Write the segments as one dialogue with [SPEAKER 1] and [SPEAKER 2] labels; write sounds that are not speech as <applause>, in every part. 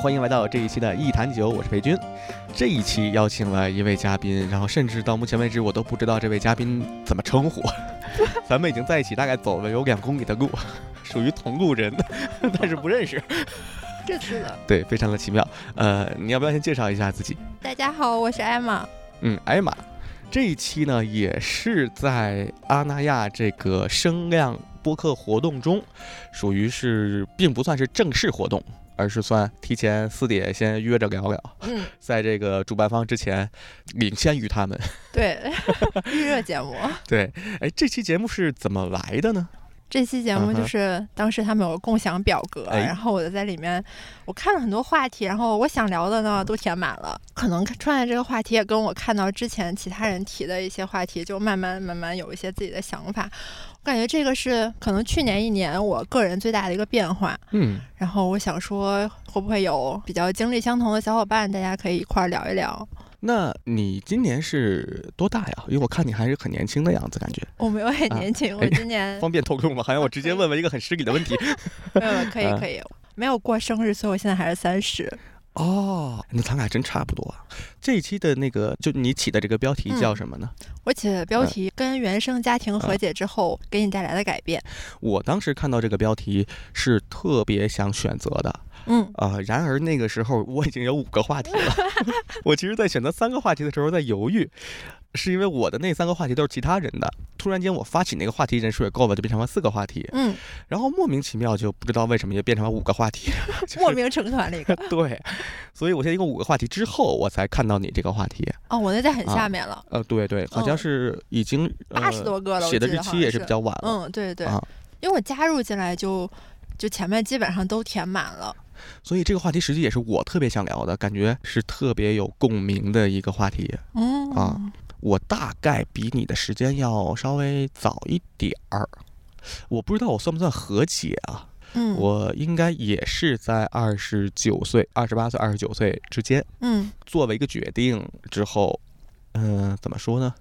[SPEAKER 1] 欢迎来到这一期的《一坛酒》，我是裴军。这一期邀请了一位嘉宾，然后甚至到目前为止我都不知道这位嘉宾怎么称呼。 <laughs> 咱们已经在一起大概走了有两公里的路，属于同路人， <laughs> 但是不认识。
[SPEAKER 2] 这次的
[SPEAKER 1] 对，非常的奇妙。呃，你要不要先介绍一下自己？
[SPEAKER 2] <laughs> 大家好，我是艾玛。
[SPEAKER 1] 嗯，艾玛，这一期呢也是在阿那亚这个声量播客活动中，属于是并不算是正式活动，而是算提前私底先约着聊聊，
[SPEAKER 2] 嗯，
[SPEAKER 1] <laughs> 在这个主办方之前领先于他们。 <laughs>
[SPEAKER 2] <laughs> 对，预热节目。
[SPEAKER 1] 对，哎，这期节目是怎么来的呢？
[SPEAKER 2] 这期节目就是当时他们有共享表格，
[SPEAKER 1] 嗯哎
[SPEAKER 2] 然后我就在里面，我看了很多话题，然后我想聊的
[SPEAKER 1] 嗯
[SPEAKER 2] 呢都填满了。可能创业这个话题也跟我看到之前其他人提的一些话题，就慢慢慢慢有一些自己的想法。我感觉这个是可能去年一年我个人最大的一个变化。
[SPEAKER 1] 嗯，
[SPEAKER 2] 然后我想说，会不会有比较经历相同的小伙伴，大家可以一块儿聊一聊。
[SPEAKER 1] 那你今年是多大呀？因为我看你还是很年轻的样子，感觉。
[SPEAKER 2] 我没有很
[SPEAKER 1] 啊
[SPEAKER 2] 年
[SPEAKER 1] 哎
[SPEAKER 2] 轻，我今年
[SPEAKER 1] 方便透露吗？好像我直接问了一个很失礼的问题。 <laughs>
[SPEAKER 2] 没有，可以
[SPEAKER 1] 啊
[SPEAKER 2] 可以，没有过生日，所以我现在还是三十。
[SPEAKER 1] 哦，那咱俩真差不多啊。这一期的那个，就你起的这个标题叫
[SPEAKER 2] 嗯
[SPEAKER 1] 什么呢？
[SPEAKER 2] 我起的
[SPEAKER 1] 嗯
[SPEAKER 2] 标题跟原生家庭和解之后给你带来的改变。
[SPEAKER 1] 我当时看到这个标题是特别想选择的
[SPEAKER 2] 嗯，
[SPEAKER 1] 啊、呃然而那个时候我已经有五个话题
[SPEAKER 2] <laughs>
[SPEAKER 1] 了。我其实，在选择三个话题的时候在犹豫，是因为我的那三个话题都是其他人的。突然间，我发起那个话题人数也够了，就变成了四个话题，
[SPEAKER 2] 嗯，
[SPEAKER 1] 然后莫名其妙就不知道为什么就变成了五个话题， <laughs> 就
[SPEAKER 2] 莫
[SPEAKER 1] 是
[SPEAKER 2] 名成团了一个。
[SPEAKER 1] 对。所以我现在一共五个话题之后，我才看到你这个话题。
[SPEAKER 2] 哦，我那在很下面了，
[SPEAKER 1] 呃，对对，好像
[SPEAKER 2] 嗯
[SPEAKER 1] 是已经
[SPEAKER 2] 八十、
[SPEAKER 1] 呃
[SPEAKER 2] 多个了。我
[SPEAKER 1] 写的
[SPEAKER 2] 记
[SPEAKER 1] 日
[SPEAKER 2] 得好
[SPEAKER 1] 期
[SPEAKER 2] 像
[SPEAKER 1] 也是比较晚了，
[SPEAKER 2] 嗯，对对对，
[SPEAKER 1] 啊
[SPEAKER 2] 因为我加入进来就就前面基本上都填满了。
[SPEAKER 1] 所以这个话题实际也是我特别想聊的，感觉是特别有共鸣的一个话题。
[SPEAKER 2] 嗯
[SPEAKER 1] 啊我大概比你的时间要稍微早一点儿，我不知道我算不算和解啊？
[SPEAKER 2] 嗯，
[SPEAKER 1] 我应该也是在二十九岁、二十八岁、二十九岁之间
[SPEAKER 2] 嗯
[SPEAKER 1] 做了一个决定之后，嗯、怎么说呢？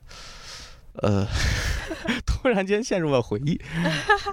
[SPEAKER 1] 呃， <laughs> 突然间陷入了回
[SPEAKER 2] <laughs>
[SPEAKER 1] 忆。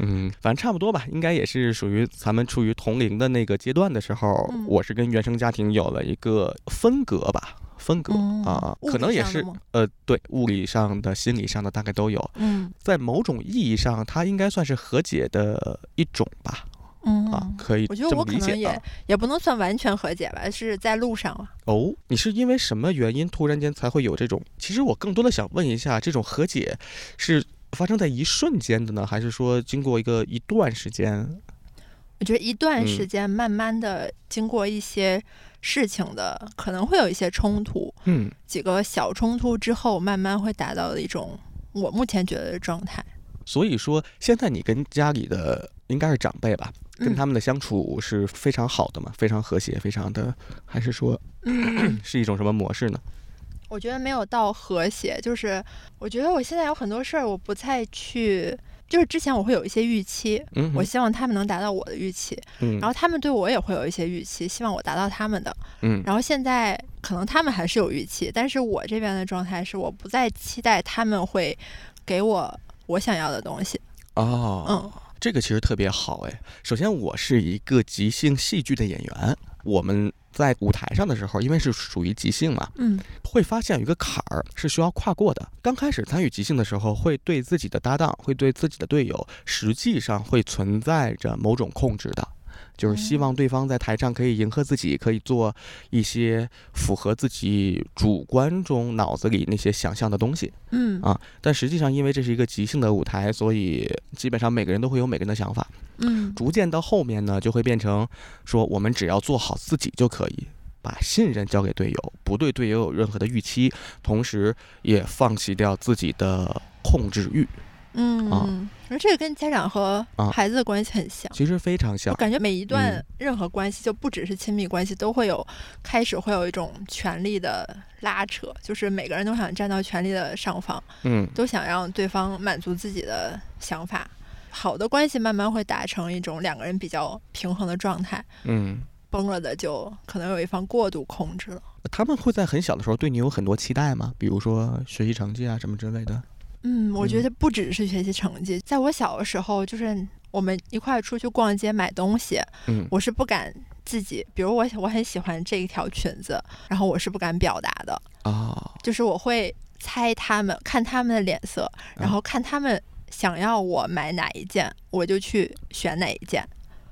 [SPEAKER 1] 嗯，反正差不多吧，应该也是属于咱们处于同龄的那个阶段的时候，
[SPEAKER 2] 嗯
[SPEAKER 1] 我是跟原生家庭有了一个分隔吧，分隔、
[SPEAKER 2] 嗯
[SPEAKER 1] 啊，
[SPEAKER 2] 物
[SPEAKER 1] 可
[SPEAKER 2] 理
[SPEAKER 1] 能也
[SPEAKER 2] 上的
[SPEAKER 1] 是
[SPEAKER 2] 吗
[SPEAKER 1] 呃，对，物理上的、心理上的大概都有，
[SPEAKER 2] 嗯
[SPEAKER 1] 在某种意义上，它应该算是和解的一种吧，
[SPEAKER 2] 嗯
[SPEAKER 1] 啊，可以
[SPEAKER 2] 我觉得
[SPEAKER 1] 这
[SPEAKER 2] 我
[SPEAKER 1] 么理
[SPEAKER 2] 可
[SPEAKER 1] 解
[SPEAKER 2] 能也
[SPEAKER 1] 啊。
[SPEAKER 2] 也不能算完全和解吧，是在路上了。
[SPEAKER 1] 哦，你是因为什么原因突然间才会有这种？其实我更多的想问一下，这种和解是发生在一瞬间的呢，还是说经过一个一段时间？
[SPEAKER 2] 我觉得一段时
[SPEAKER 1] 嗯
[SPEAKER 2] 间，慢慢的经过一些事情的，可能会有一些冲突，
[SPEAKER 1] 嗯，
[SPEAKER 2] 几个小冲突之后，慢慢会达到的一种我目前觉得的状态。
[SPEAKER 1] 所以说现在你跟家里的应该是长辈吧，跟
[SPEAKER 2] 嗯
[SPEAKER 1] 他们的相处是非常好的嘛，非常和谐，非常的，还是
[SPEAKER 2] <clears throat>
[SPEAKER 1] 说是一种什么模式呢？
[SPEAKER 2] 我觉得没有到和谐，就是我觉得我现在有很多事儿，我不再去，就是之前我会有一些预期，
[SPEAKER 1] 嗯
[SPEAKER 2] 我
[SPEAKER 1] 哼，
[SPEAKER 2] 希望他们能达到我的预期，
[SPEAKER 1] 嗯
[SPEAKER 2] 然后他们对我也会有一些预期，希望我达到他们的。
[SPEAKER 1] 嗯
[SPEAKER 2] 然后现在可能他们还是有预期，但是我这边的状态是，我不再期待他们会给我我想要的东西。
[SPEAKER 1] 哦，
[SPEAKER 2] 嗯
[SPEAKER 1] 这个其实特别好哎。首先，我是一个即兴戏剧的演员，我们在舞台上的时候，因为是属于即兴嘛，
[SPEAKER 2] 嗯
[SPEAKER 1] 会发现有一个坎儿是需要跨过的。刚开始参与即兴的时候，会对自己的搭档，会对自己的队友，实际上会存在着某种控制的。就是希望对方在台上可以迎合自己，可以做一些符合自己主观中脑子里那些想象的东西。
[SPEAKER 2] 嗯
[SPEAKER 1] 啊但实际上，因为这是一个即兴的舞台，所以基本上每个人都会有每个人的想法。
[SPEAKER 2] 嗯
[SPEAKER 1] 逐渐到后面呢，就会变成说我们只要做好自己就可以，把信任交给队友，不对队友有任何的预期，同时也放弃掉自己的控制欲，
[SPEAKER 2] 嗯
[SPEAKER 1] 啊
[SPEAKER 2] 嗯，而这个跟家长和
[SPEAKER 1] 啊
[SPEAKER 2] 孩子的关系很像。
[SPEAKER 1] 其实非常
[SPEAKER 2] 我
[SPEAKER 1] 像。
[SPEAKER 2] 感觉每一段
[SPEAKER 1] 嗯
[SPEAKER 2] 任何关系，就不只是亲密关系，都会有开始会有一种权力的拉扯，就是每个人都想站到权力的上方，
[SPEAKER 1] 嗯，
[SPEAKER 2] 都想让对方满足自己的想法。好的关系慢慢会达成一种两个人比较平衡的状态，
[SPEAKER 1] 嗯，
[SPEAKER 2] 崩了的就可能有一方过度控制了。
[SPEAKER 1] 他们会在很小的时候对你有很多期待吗？比如说学习成绩啊什么之类的。
[SPEAKER 2] 嗯，我觉
[SPEAKER 1] 嗯
[SPEAKER 2] 得不只是学习成绩，在我小的时候，就是我们一块儿出去逛街买东西，
[SPEAKER 1] 嗯
[SPEAKER 2] 我是不敢自己，比如我我很喜欢这一条裙子，然后我是不敢表达的，
[SPEAKER 1] 啊，
[SPEAKER 2] 就是我会猜他们，看他们的脸色，
[SPEAKER 1] 嗯
[SPEAKER 2] 然后看他们想要我买哪一件，我就去选哪一件，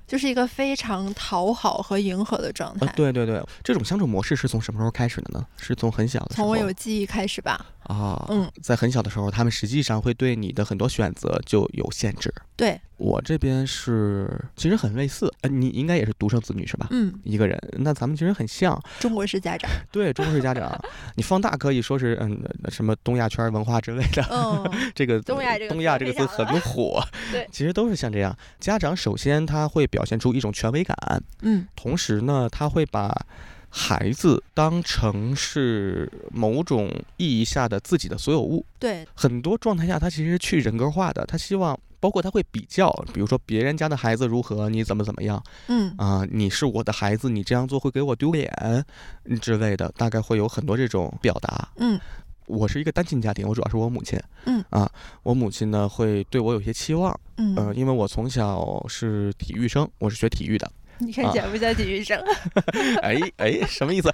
[SPEAKER 2] 就是一个非常讨好和迎合的状态。
[SPEAKER 1] 呃，对对对，这种相处模式是从什么时候开始的呢？是从很小的时
[SPEAKER 2] 从
[SPEAKER 1] 候
[SPEAKER 2] 我有记忆开始吧，
[SPEAKER 1] 啊，
[SPEAKER 2] 嗯，
[SPEAKER 1] 在很小的时候，他们实际上会对你的很多选择就有限制。
[SPEAKER 2] 对，
[SPEAKER 1] 我这边是其实很类似，呃，你应该也是独生子女是吧？
[SPEAKER 2] 嗯，
[SPEAKER 1] 一个人，那咱们其实很像，
[SPEAKER 2] 中国式家
[SPEAKER 1] <laughs>
[SPEAKER 2] 长，
[SPEAKER 1] 对中式家
[SPEAKER 2] <laughs>
[SPEAKER 1] 长，你放大可以说是嗯什么东亚圈文化之类的， <laughs>
[SPEAKER 2] 嗯，
[SPEAKER 1] 这个
[SPEAKER 2] 东
[SPEAKER 1] 呃
[SPEAKER 2] 亚这个
[SPEAKER 1] 东
[SPEAKER 2] 词
[SPEAKER 1] 亚
[SPEAKER 2] 儿
[SPEAKER 1] 这
[SPEAKER 2] 非
[SPEAKER 1] 个词
[SPEAKER 2] 常，
[SPEAKER 1] 很火
[SPEAKER 2] <laughs> 对
[SPEAKER 1] 其实都是像这样。家长首先他会表现出一种权威感，
[SPEAKER 2] 嗯，
[SPEAKER 1] 同时呢，他会把孩子当成是某种意义下的自己的所有物。
[SPEAKER 2] 对，
[SPEAKER 1] 很多状态下，他其实去人格化的，他希望。包括他会比较，比如说别人家的孩子如何，你怎么怎么样
[SPEAKER 2] 嗯，
[SPEAKER 1] 啊、你是我的孩子，你这样做会给我丢脸嗯之类的，大概会有很多这种表达。
[SPEAKER 2] 嗯，
[SPEAKER 1] 我是一个单亲家庭，我主要是我母亲。
[SPEAKER 2] 嗯
[SPEAKER 1] 啊，我母亲呢会对我有些期望，
[SPEAKER 2] 嗯，
[SPEAKER 1] 呃，因为我从小是体育生，我是学体育的，
[SPEAKER 2] 你看
[SPEAKER 1] 啊
[SPEAKER 2] 起来不像体育生，
[SPEAKER 1] <laughs> 哎哎，什么意思？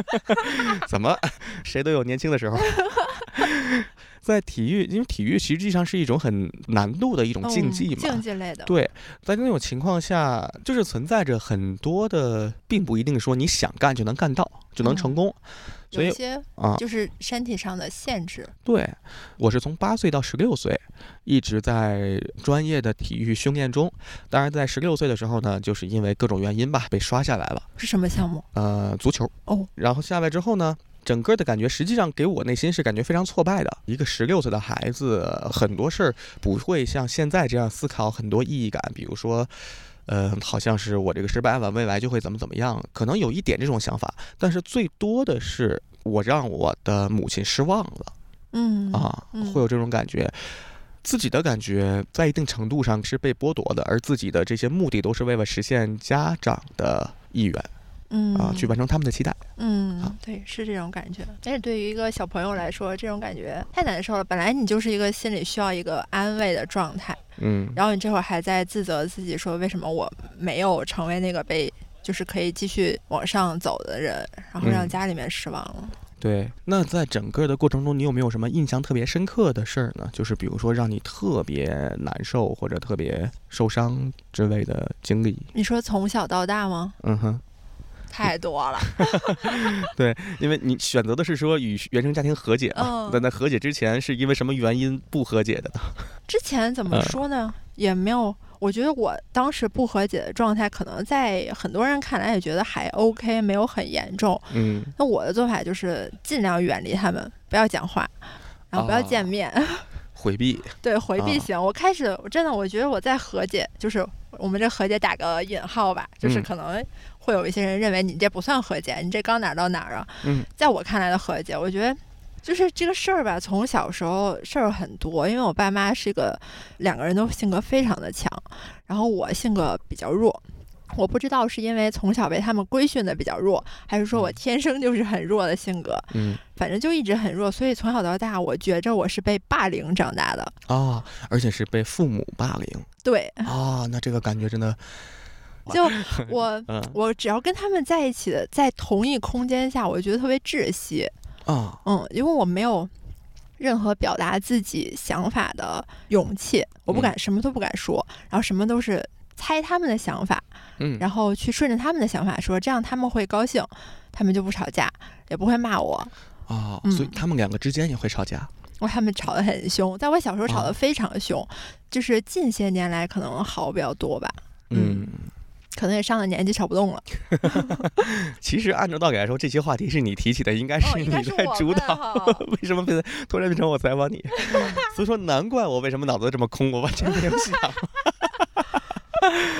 [SPEAKER 1] <laughs> 怎么，谁都有年轻的
[SPEAKER 2] <laughs>
[SPEAKER 1] 时候。在体育，因为体育实际上是一种很难度的一种竞
[SPEAKER 2] 嗯
[SPEAKER 1] 技嘛，
[SPEAKER 2] <laughs> 竞技类的，
[SPEAKER 1] 对，在那种情况下，就是存在着很多的，并不一定说你想干就能干到，就能成功。所
[SPEAKER 2] 有
[SPEAKER 1] 以
[SPEAKER 2] 一些
[SPEAKER 1] 啊，
[SPEAKER 2] 嗯就是身体上的限制，
[SPEAKER 1] 对，我是从八岁到十六岁，一直在专业的体育训练中。当然，在十六岁的时候呢，就是因为各种原因吧，被刷下来了。
[SPEAKER 2] 是什么项目？
[SPEAKER 1] 呃，足球
[SPEAKER 2] 哦，
[SPEAKER 1] 然后下来之后呢，整个的感觉实际上给我内心是感觉非常挫败的。一个十六岁的孩子，很多事儿不会像现在这样思考很多意义感，比如说。呃，好像是我这个失败了，未来就会怎么怎么样，可能有一点这种想法，但是最多的是我让我的母亲失望了
[SPEAKER 2] 嗯，
[SPEAKER 1] 啊，
[SPEAKER 2] 嗯
[SPEAKER 1] 会有这种感觉，自己的感觉在一定程度上是被剥夺的，而自己的这些目的都是为了实现家长的意愿
[SPEAKER 2] 嗯
[SPEAKER 1] 啊，去完成他们的期待。啊
[SPEAKER 2] 嗯，对，是这种感觉。但是对于一个小朋友来说，这种感觉太难受了。本来你就是一个心里需要一个安慰的状态，
[SPEAKER 1] 嗯，
[SPEAKER 2] 然后你这会儿还在自责自己，说为什么我没有成为那个被就是可以继续往上走的人，然后让
[SPEAKER 1] 嗯
[SPEAKER 2] 家里面失望了。
[SPEAKER 1] 对。那在整个的过程中，你有没有什么印象特别深刻的事儿呢？就是比如说让你特别难受或者特别受伤之类的经历。
[SPEAKER 2] 你说从小到大吗？
[SPEAKER 1] 嗯哼，
[SPEAKER 2] 太多了。
[SPEAKER 1] 因为你选择的是说与原生家庭和解嘛
[SPEAKER 2] 嗯，
[SPEAKER 1] 但在和解之前是因为什么原因不和解的呢？
[SPEAKER 2] 之前怎么
[SPEAKER 1] 嗯
[SPEAKER 2] 说呢？也没有，我觉得我当时不和解的状态，可能在很多人看来也觉得还 OK，没有很严重。
[SPEAKER 1] 嗯，
[SPEAKER 2] 那我的做法就是尽量远离他们，不要讲话，然后不要见面，
[SPEAKER 1] 回避。
[SPEAKER 2] 对，回避
[SPEAKER 1] 啊
[SPEAKER 2] 型。我开始我真的，我觉得我在和解，就是我们这和解打个引号吧，就是
[SPEAKER 1] 嗯
[SPEAKER 2] 可能会有一些人认为你这不算和解，你这刚哪儿到哪儿啊？
[SPEAKER 1] 嗯，
[SPEAKER 2] 在我看来的和解，我觉得。就是这个事儿吧，从小时候事儿很多，因为我爸妈是一个两个人都性格非常的强，然后我性格比较弱，我不知道是因为从小被他们规训的比较弱，还是说我
[SPEAKER 1] 嗯
[SPEAKER 2] 天生就是很弱的性格，
[SPEAKER 1] 嗯
[SPEAKER 2] 反正就一直很弱，所以从小到大，我觉着我是被霸凌长大的。
[SPEAKER 1] 啊、而且是被父母霸凌
[SPEAKER 2] 对，
[SPEAKER 1] 啊、那这个感觉真的， <laughs>
[SPEAKER 2] 就我
[SPEAKER 1] 嗯
[SPEAKER 2] 我只要跟他们在一起的，在同一空间下，我觉得特别窒息。
[SPEAKER 1] 啊
[SPEAKER 2] 嗯，因为我没有任何表达自己想法的勇气，我
[SPEAKER 1] 嗯
[SPEAKER 2] 不敢什么都不敢说，然后什么都是猜他们的想法，
[SPEAKER 1] 嗯
[SPEAKER 2] 然后去顺着他们的想法说，这样他们会高兴，他们就不吵架，也不会骂我。
[SPEAKER 1] 啊、
[SPEAKER 2] 嗯
[SPEAKER 1] 所以他们两个之间也会吵架。
[SPEAKER 2] 哇，他们吵得很凶，在我小时候吵得
[SPEAKER 1] 啊
[SPEAKER 2] 非常凶，就是近些年来可能好比较多吧，嗯
[SPEAKER 1] 嗯
[SPEAKER 2] 可能也上了年纪吵不动了。
[SPEAKER 1] 其实按照道理来说，这些话题是你提起的，应该是
[SPEAKER 2] 哦，
[SPEAKER 1] 你
[SPEAKER 2] 应该是
[SPEAKER 1] 在
[SPEAKER 2] 我
[SPEAKER 1] 主
[SPEAKER 2] 们
[SPEAKER 1] 导。
[SPEAKER 2] 哈
[SPEAKER 1] <laughs> 为什么变得突然变成我采访你？ <laughs> 所以说难怪我为什么脑子这么空，我完全没有
[SPEAKER 2] <laughs>
[SPEAKER 1] 想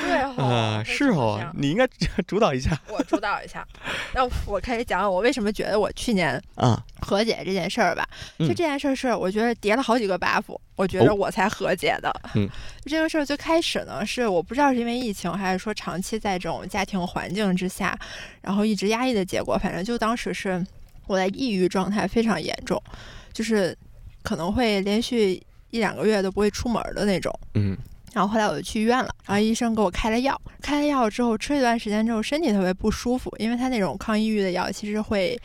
[SPEAKER 2] 对哈、
[SPEAKER 1] 啊，是哦，你应该主导一下
[SPEAKER 2] 我主导一下。那我可以讲讲我为什么觉得我去年
[SPEAKER 1] 啊。
[SPEAKER 2] 和解这件事儿吧，就
[SPEAKER 1] 嗯哦
[SPEAKER 2] 这件事儿是我觉得叠了好几个 buff，我觉得我才和解的。
[SPEAKER 1] 嗯，
[SPEAKER 2] <laughs> 这个事儿最开始呢，是我不知道是因为疫情，还是说长期在这种家庭环境之下，然后一直压抑的结果。反正就当时是我在抑郁状态非常严重，就是可能会连续一两个月都不会出门儿的那种。
[SPEAKER 1] 嗯
[SPEAKER 2] 然后后来我就去医院了，然后医生给我开了药，开了药之后吃了一段时间之后，身体特别不舒服，因为它那种抗抑郁的药其实会，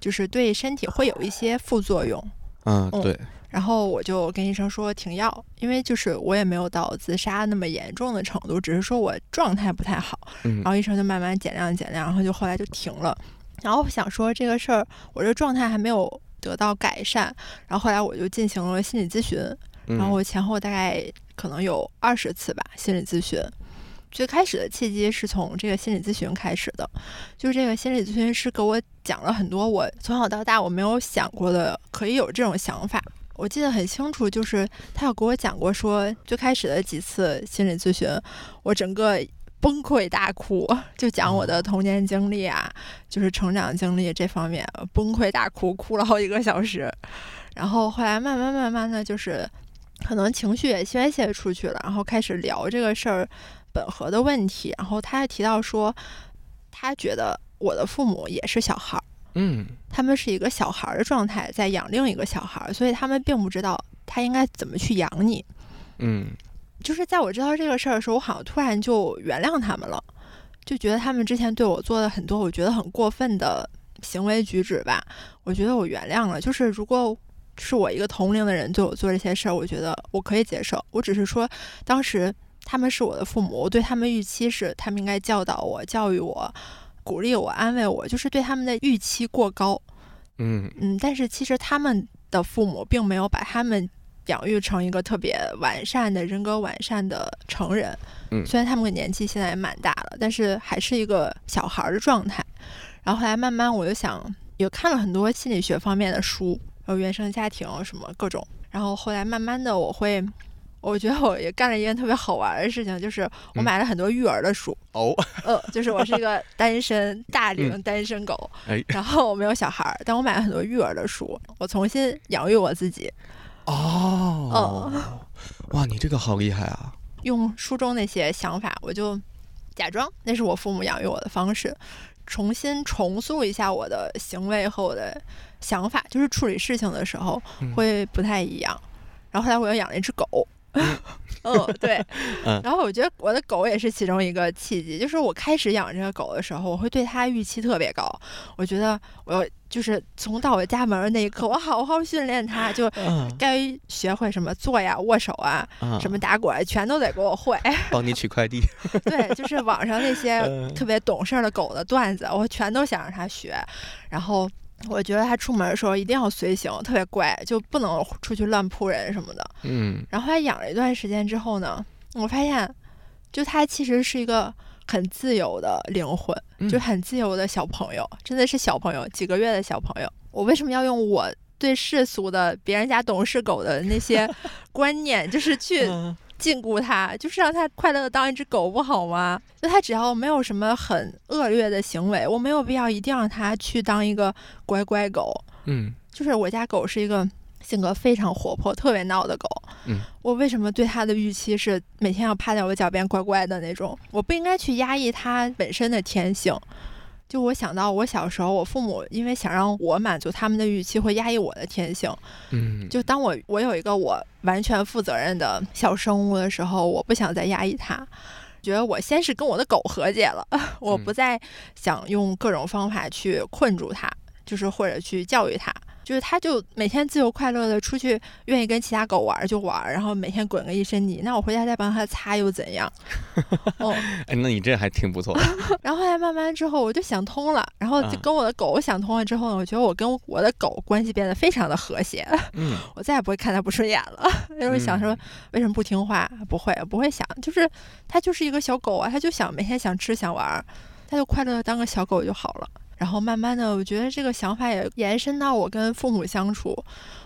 [SPEAKER 2] 就是对身体会有一些副作用。
[SPEAKER 1] 嗯，
[SPEAKER 2] 嗯
[SPEAKER 1] 对，
[SPEAKER 2] 然后我就跟医生说停药，因为就是我也没有到自杀那么严重的程度，只是说我状态不太好。
[SPEAKER 1] 嗯
[SPEAKER 2] 然后医生就慢慢减量减量，然后就后来就停了。然后我想说这个事儿，我这状态还没有得到改善，然后后来我就进行了心理咨询，
[SPEAKER 1] 嗯
[SPEAKER 2] 然后我前后大概可能有二十次吧心理咨询。最开始的契机是从这个心理咨询开始的，就是这个心理咨询师给我讲了很多我从小到大我没有想过的，可以有这种想法。我记得很清楚，就是他有给我讲过说，最开始的几次心理咨询，我整个崩溃大哭，就讲我的童年经历啊，就是成长经历这方面，崩溃大哭，哭了好几个小时。然后后来慢慢慢慢的就是，可能情绪也宣泄出去了，然后开始聊这个事儿本核的问题。然后他还提到说，他觉得我的父母也是小孩儿，
[SPEAKER 1] 嗯
[SPEAKER 2] 他们是一个小孩儿的状态在养另一个小孩儿，所以他们并不知道他应该怎么去养你。
[SPEAKER 1] 嗯
[SPEAKER 2] 就是在我知道这个事儿的时候，我好像突然就原谅他们了，就觉得他们之前对我做的很多我觉得很过分的行为举止吧，我觉得我原谅了。就是如果是我一个同龄的人对我做这些事儿，我觉得我可以接受。我只是说，当时他们是我的父母，我对他们预期是他们应该教导我、教育我、鼓励我、安慰我，就是对他们的预期过高。
[SPEAKER 1] 嗯
[SPEAKER 2] 嗯，但是其实他们的父母并没有把他们养育成一个特别完善的人格完善的成人。
[SPEAKER 1] 嗯
[SPEAKER 2] 虽然他们的年纪现在也蛮大了，但是还是一个小孩儿的状态。然后后来慢慢我就想，也看了很多心理学方面的书，有原生家庭啊什么各种。然后后来慢慢的，我会，我觉得我也干了一件特别好玩儿的事情，就是
[SPEAKER 1] 嗯
[SPEAKER 2] 我买了很多育儿的书。 <laughs>
[SPEAKER 1] 哦，
[SPEAKER 2] 呃，就是我是一个单身大龄
[SPEAKER 1] 嗯
[SPEAKER 2] 单身狗，
[SPEAKER 1] 哎
[SPEAKER 2] 然后我没有小孩儿，但我买了很多育儿的书，我重新养育我自己，
[SPEAKER 1] 哦，哇，你这个好厉害啊！
[SPEAKER 2] 用书中那些想法，我就假装那是我父母养育我的方式，重新重塑一下我的行为和我的想法，就是处理事情的时候
[SPEAKER 1] 嗯
[SPEAKER 2] 会不太一样。然后后来我又养了一只狗。 <laughs> 嗯，对
[SPEAKER 1] <laughs> 嗯，
[SPEAKER 2] 然后我觉得我的狗也是其中一个契机，就是我开始养这个狗的时候，我会对它预期特别高，我觉得我就是从到我家门儿那一刻，我好好训练它，就
[SPEAKER 1] 嗯
[SPEAKER 2] 该学会什么坐呀、握手啊、
[SPEAKER 1] 啊，
[SPEAKER 2] 什么打滚儿，全都得给
[SPEAKER 1] <laughs>
[SPEAKER 2] 我会。
[SPEAKER 1] 帮你取快
[SPEAKER 2] <laughs>
[SPEAKER 1] 递？
[SPEAKER 2] 对，就是网上那些
[SPEAKER 1] 嗯
[SPEAKER 2] 哎特别懂事儿的狗的段子，我全都想让它学。然后我觉得它出门的时候一定要随行，特别乖，就不能出去乱扑人什么的。
[SPEAKER 1] 嗯
[SPEAKER 2] 然后还养了一段时间之后呢，我发现，就它其实是一个很自由的灵魂，
[SPEAKER 1] 嗯
[SPEAKER 2] 就很自由的小朋友，真的是小朋友，几个月的小朋友。我为什么要用我对世俗的别人家懂事狗的那些 <laughs> 观念，就是去
[SPEAKER 1] 嗯
[SPEAKER 2] 禁锢它，就是让它快乐的当一只狗不好吗？就它只要没有什么很恶劣的行为，我没有必要一定让它去当一个乖乖狗。
[SPEAKER 1] 嗯
[SPEAKER 2] 就是我家狗是一个性格非常活泼、特别闹的狗。
[SPEAKER 1] 嗯，
[SPEAKER 2] 我为什么对它的预期是每天要趴在我脚边乖乖的那种？我不应该去压抑它本身的天性。就我想到我小时候，我父母因为想让我满足他们的预期，会压抑我的天性。
[SPEAKER 1] 嗯，
[SPEAKER 2] 就当我我有一个我完全负责任的小生物的时候，我不想再压抑它。觉得我先是跟我的狗和解了， <laughs> 我不再想用各种方法去困住它，就是或者去教育它，就是它就每天自由快乐的出去，愿意跟其他狗玩儿就玩儿，然后每天滚个一身泥，那我回家再帮它擦又怎样？哦，
[SPEAKER 1] 哎，那你这还挺不
[SPEAKER 2] <laughs>
[SPEAKER 1] 错的。
[SPEAKER 2] 然后后来慢慢之后我就想通了，然后就
[SPEAKER 1] 嗯
[SPEAKER 2] 跟我的狗想通了之后呢，我觉得我跟我的狗关系变得非常的和谐，
[SPEAKER 1] 嗯
[SPEAKER 2] 我再也不会看他不顺眼了。 <laughs> 就是想说
[SPEAKER 1] 嗯，
[SPEAKER 2] 为什么不听话？不会，不会想，就是它就是一个小狗啊，它就想每天想吃想玩儿，它就快乐的当个小狗就好了。然后慢慢的，我觉得这个想法也延伸到我跟父母相处。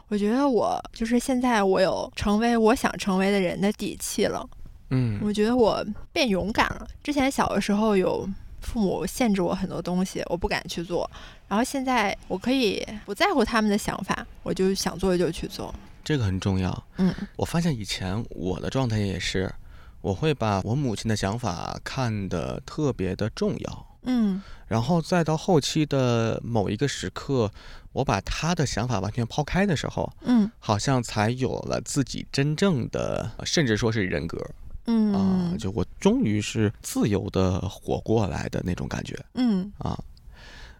[SPEAKER 2] 我觉得我就是现在，我有成为我想成为的人的底气了。
[SPEAKER 1] 嗯
[SPEAKER 2] 我觉得我变勇敢了。之前小的时候有父母限制我很多东西，我不敢去做。然后现在我可以不在乎他们的想法，我就想做就去做。
[SPEAKER 1] 这个很重要。
[SPEAKER 2] 嗯
[SPEAKER 1] 我发现以前我的状态也是，我会把我母亲的想法看得特别的重要。
[SPEAKER 2] 嗯
[SPEAKER 1] 然后再到后期的某一个时刻，我把他的想法完全抛开的时候，
[SPEAKER 2] 嗯
[SPEAKER 1] 好像才有了自己真正的，呃甚至说是人格。
[SPEAKER 2] 嗯
[SPEAKER 1] 啊、就我终于是自由的活过来的那种感觉
[SPEAKER 2] 嗯
[SPEAKER 1] 啊。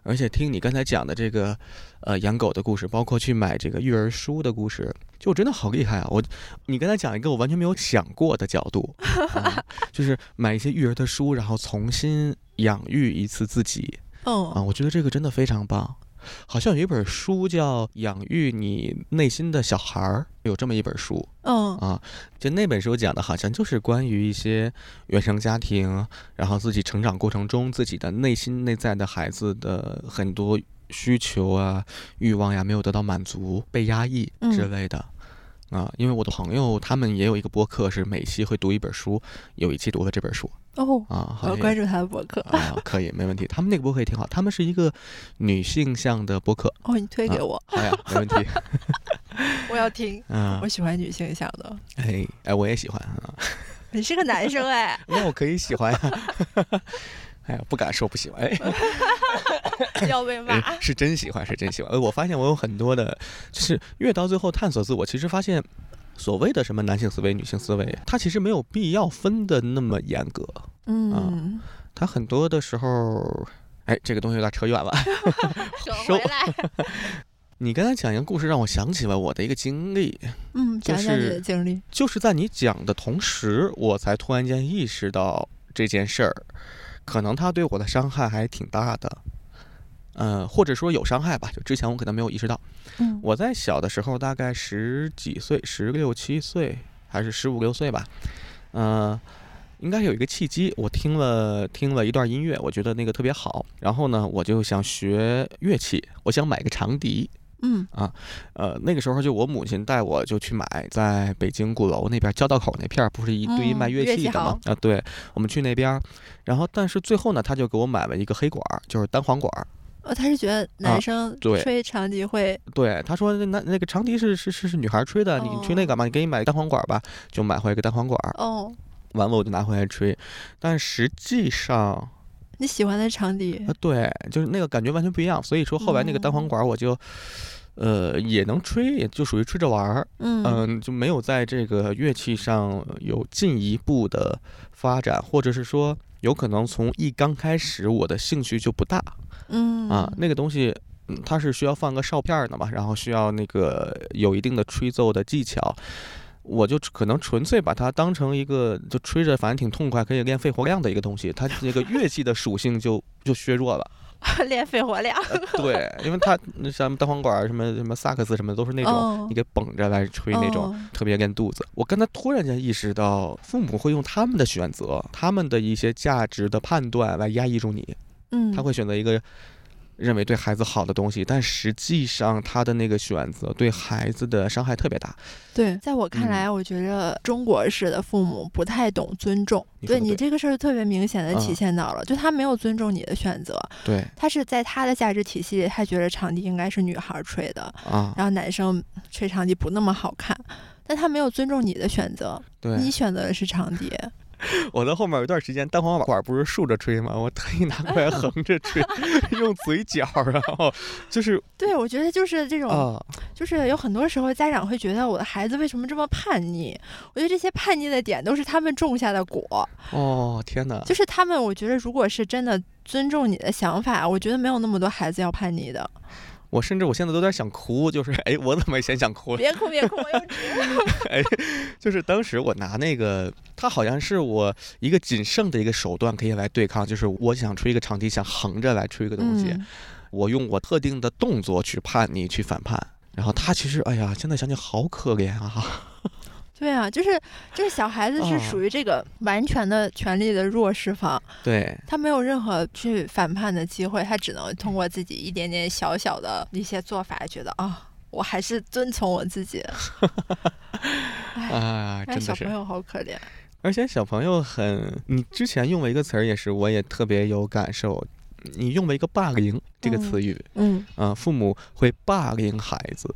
[SPEAKER 1] 而且听你刚才讲的这个，呃，养狗的故事，包括去买这个育儿书的故事，就我真的好厉害啊！我，你刚才讲一个我完全没有想过的角度，啊就是买一些育儿的书，然后重新养育一次自己，啊，
[SPEAKER 2] 嗯
[SPEAKER 1] 我觉得这个真的非常棒。好像有一本书叫《养育你内心的小孩儿》，有这么一本书
[SPEAKER 2] 嗯
[SPEAKER 1] 啊。就那本书讲的，好像就是关于一些原生家庭，然后自己成长过程中自己的内心内在的孩子的很多需求啊、欲望呀没有得到满足、被压抑
[SPEAKER 2] 嗯
[SPEAKER 1] 之类的。啊，因为我的朋友他们也有一个播客，是每期会读一本书，有一期读了这本书
[SPEAKER 2] 哦，
[SPEAKER 1] 啊。
[SPEAKER 2] 我
[SPEAKER 1] 好
[SPEAKER 2] 要
[SPEAKER 1] 像也
[SPEAKER 2] 关注他的博客。
[SPEAKER 1] 啊，可以，没问题。他们那个播客也挺好，他们是一个女性向的播客。
[SPEAKER 2] 哦，你推给我，
[SPEAKER 1] 好呀，没问
[SPEAKER 2] <laughs>
[SPEAKER 1] 题。
[SPEAKER 2] 我要听。
[SPEAKER 1] 嗯
[SPEAKER 2] 我，喜欢女性向的，
[SPEAKER 1] 哎哎，我也喜欢啊，
[SPEAKER 2] 你是个男生哎， <laughs>
[SPEAKER 1] 那我可以喜欢呀、 <laughs> 哎呀，不敢说不喜欢，哎，
[SPEAKER 2] 要被骂。
[SPEAKER 1] 哎是真喜欢，是真喜欢。呃我发现我有很多的，就是越到最后探索自我，其实发现所谓的什么男性思维、女性思维，它其实没有必要分的那么严格。
[SPEAKER 2] 嗯，
[SPEAKER 1] 它很多的时候，哎，这个东西有点扯远了。 <laughs>
[SPEAKER 2] 收回来。
[SPEAKER 1] 你刚才讲一个故事，让我想起了我的一个经历。
[SPEAKER 2] <laughs> 嗯，
[SPEAKER 1] 就
[SPEAKER 2] 讲讲你的
[SPEAKER 1] 是
[SPEAKER 2] 经历。
[SPEAKER 1] 就是在你讲的同时，我才突然间意识到这件事儿，可能它对我的伤害还挺大的。呃，或者说有伤害吧，就之前我可能没有意识到。
[SPEAKER 2] 嗯
[SPEAKER 1] 我在小的时候，大概十几岁，十六七岁还是十五六岁吧，呃，应该有一个契机，我听了听了一段音乐，我觉得那个特别好，然后呢，我就想学乐器，我想买个长笛，
[SPEAKER 2] 嗯
[SPEAKER 1] 呃，那个时候就我母亲带我就去买，在北京鼓楼那边交道口那片儿，不是一堆
[SPEAKER 2] 嗯
[SPEAKER 1] 卖乐
[SPEAKER 2] 乐
[SPEAKER 1] 器
[SPEAKER 2] 器
[SPEAKER 1] 的吗？啊、对，我们去那边儿，然后但是最后呢，他就给我买了一个黑管儿，就是单簧管儿。
[SPEAKER 2] 哦，他是觉得男生
[SPEAKER 1] 啊对
[SPEAKER 2] 吹长笛会，
[SPEAKER 1] 对，他说那那个长笛是是是是女孩儿吹的，你吹那个嘛，你给你买个单簧管儿吧，就买回来一个单簧管儿，
[SPEAKER 2] 哦，
[SPEAKER 1] 完了我就拿回来吹，但实际上
[SPEAKER 2] 你喜欢的长笛
[SPEAKER 1] 啊，，对，就是那个感觉完全不一样。所以说后来那个单簧
[SPEAKER 2] 哦
[SPEAKER 1] 管儿我就。呃，也能吹，也就属于吹着玩儿，
[SPEAKER 2] 嗯
[SPEAKER 1] 嗯，就没有在这个乐器上有进一步的发展，或者是说，有可能从一刚开始我的兴趣就不大
[SPEAKER 2] 嗯
[SPEAKER 1] 啊。那个东西，嗯，它是需要放个哨片儿的嘛，然后需要那个有一定的吹奏的技巧。我就可能纯粹把它当成一个就吹着，反正挺痛快，可以练肺活量的一个东西。它这个乐器的属性就就削弱了，
[SPEAKER 2] <laughs> 练肺活量，
[SPEAKER 1] 呃对，因为它像单簧管儿什么什么萨克斯什么的都是那种
[SPEAKER 2] 哦
[SPEAKER 1] 你给绷着来吹那种。
[SPEAKER 2] 哦
[SPEAKER 1] 特别练肚子。我刚才突然间意识到，父母会用他们的选择、他们的一些价值的判断来压抑住你。
[SPEAKER 2] 嗯，
[SPEAKER 1] 他会选择一个认为对孩子好的东西，但实际上他的那个选择对孩子的伤害特别大。
[SPEAKER 2] 对，在我看
[SPEAKER 1] 嗯
[SPEAKER 2] 来，我觉得中国式的父母不太懂尊重。
[SPEAKER 1] 你说
[SPEAKER 2] 对
[SPEAKER 1] 得
[SPEAKER 2] 你
[SPEAKER 1] 对
[SPEAKER 2] 这个事儿特别明显的体
[SPEAKER 1] 嗯
[SPEAKER 2] 现到了，就他没有尊重你的选择，
[SPEAKER 1] 对
[SPEAKER 2] 他是在他的价值体系里，他觉得长笛应该是女孩儿吹的，
[SPEAKER 1] 啊，
[SPEAKER 2] 然后男生吹长笛不那么好看，但他没有尊重你的选择，
[SPEAKER 1] 对。
[SPEAKER 2] 你选择的是长笛。
[SPEAKER 1] 我在后面有一段时间单簧管不是竖着吹吗？我特意拿过来横着吹， <laughs> 用嘴角，然后就是
[SPEAKER 2] 对，我觉得就是这种，
[SPEAKER 1] 啊，
[SPEAKER 2] 就是有很多时候家长会觉得我的孩子为什么这么叛逆？我觉得这些叛逆的点都是他们种下的果，
[SPEAKER 1] 哦天哪，
[SPEAKER 2] 就是他们，我觉得如果是真的尊重你的想法，我觉得没有那么多孩子要叛逆的。
[SPEAKER 1] 我甚至我现在都有点想哭，就是哎，我怎么先想哭了？
[SPEAKER 2] 别哭，别哭，我又
[SPEAKER 1] <laughs>
[SPEAKER 2] 知
[SPEAKER 1] 哎就是当时我拿那个，它好像是我一个仅剩的一个手段可以来对抗，就是我想吹一个长笛，想横着来吹一个东西，
[SPEAKER 2] 嗯
[SPEAKER 1] 我用我特定的动作去叛逆，去反叛。然后他其实，哎呀，现在想起好可怜啊！ <laughs>
[SPEAKER 2] 对啊，就是就是小孩子是
[SPEAKER 1] 哦
[SPEAKER 2] 属于这个完全的权利的弱势方，
[SPEAKER 1] 对，
[SPEAKER 2] 他没有任何去反叛的机会，他只能通过自己一点点小小的一些做法，觉得啊、我还是遵从我自己。哎，
[SPEAKER 1] 啊，<laughs>
[SPEAKER 2] 那
[SPEAKER 1] 真
[SPEAKER 2] 小
[SPEAKER 1] 的是
[SPEAKER 2] 朋。友好可怜。
[SPEAKER 1] 而且小朋友很，你之前用了一个词儿，也是我也特别有感受，你用了一个“霸凌”这个词语，
[SPEAKER 2] 嗯
[SPEAKER 1] 啊，父母会霸凌孩子。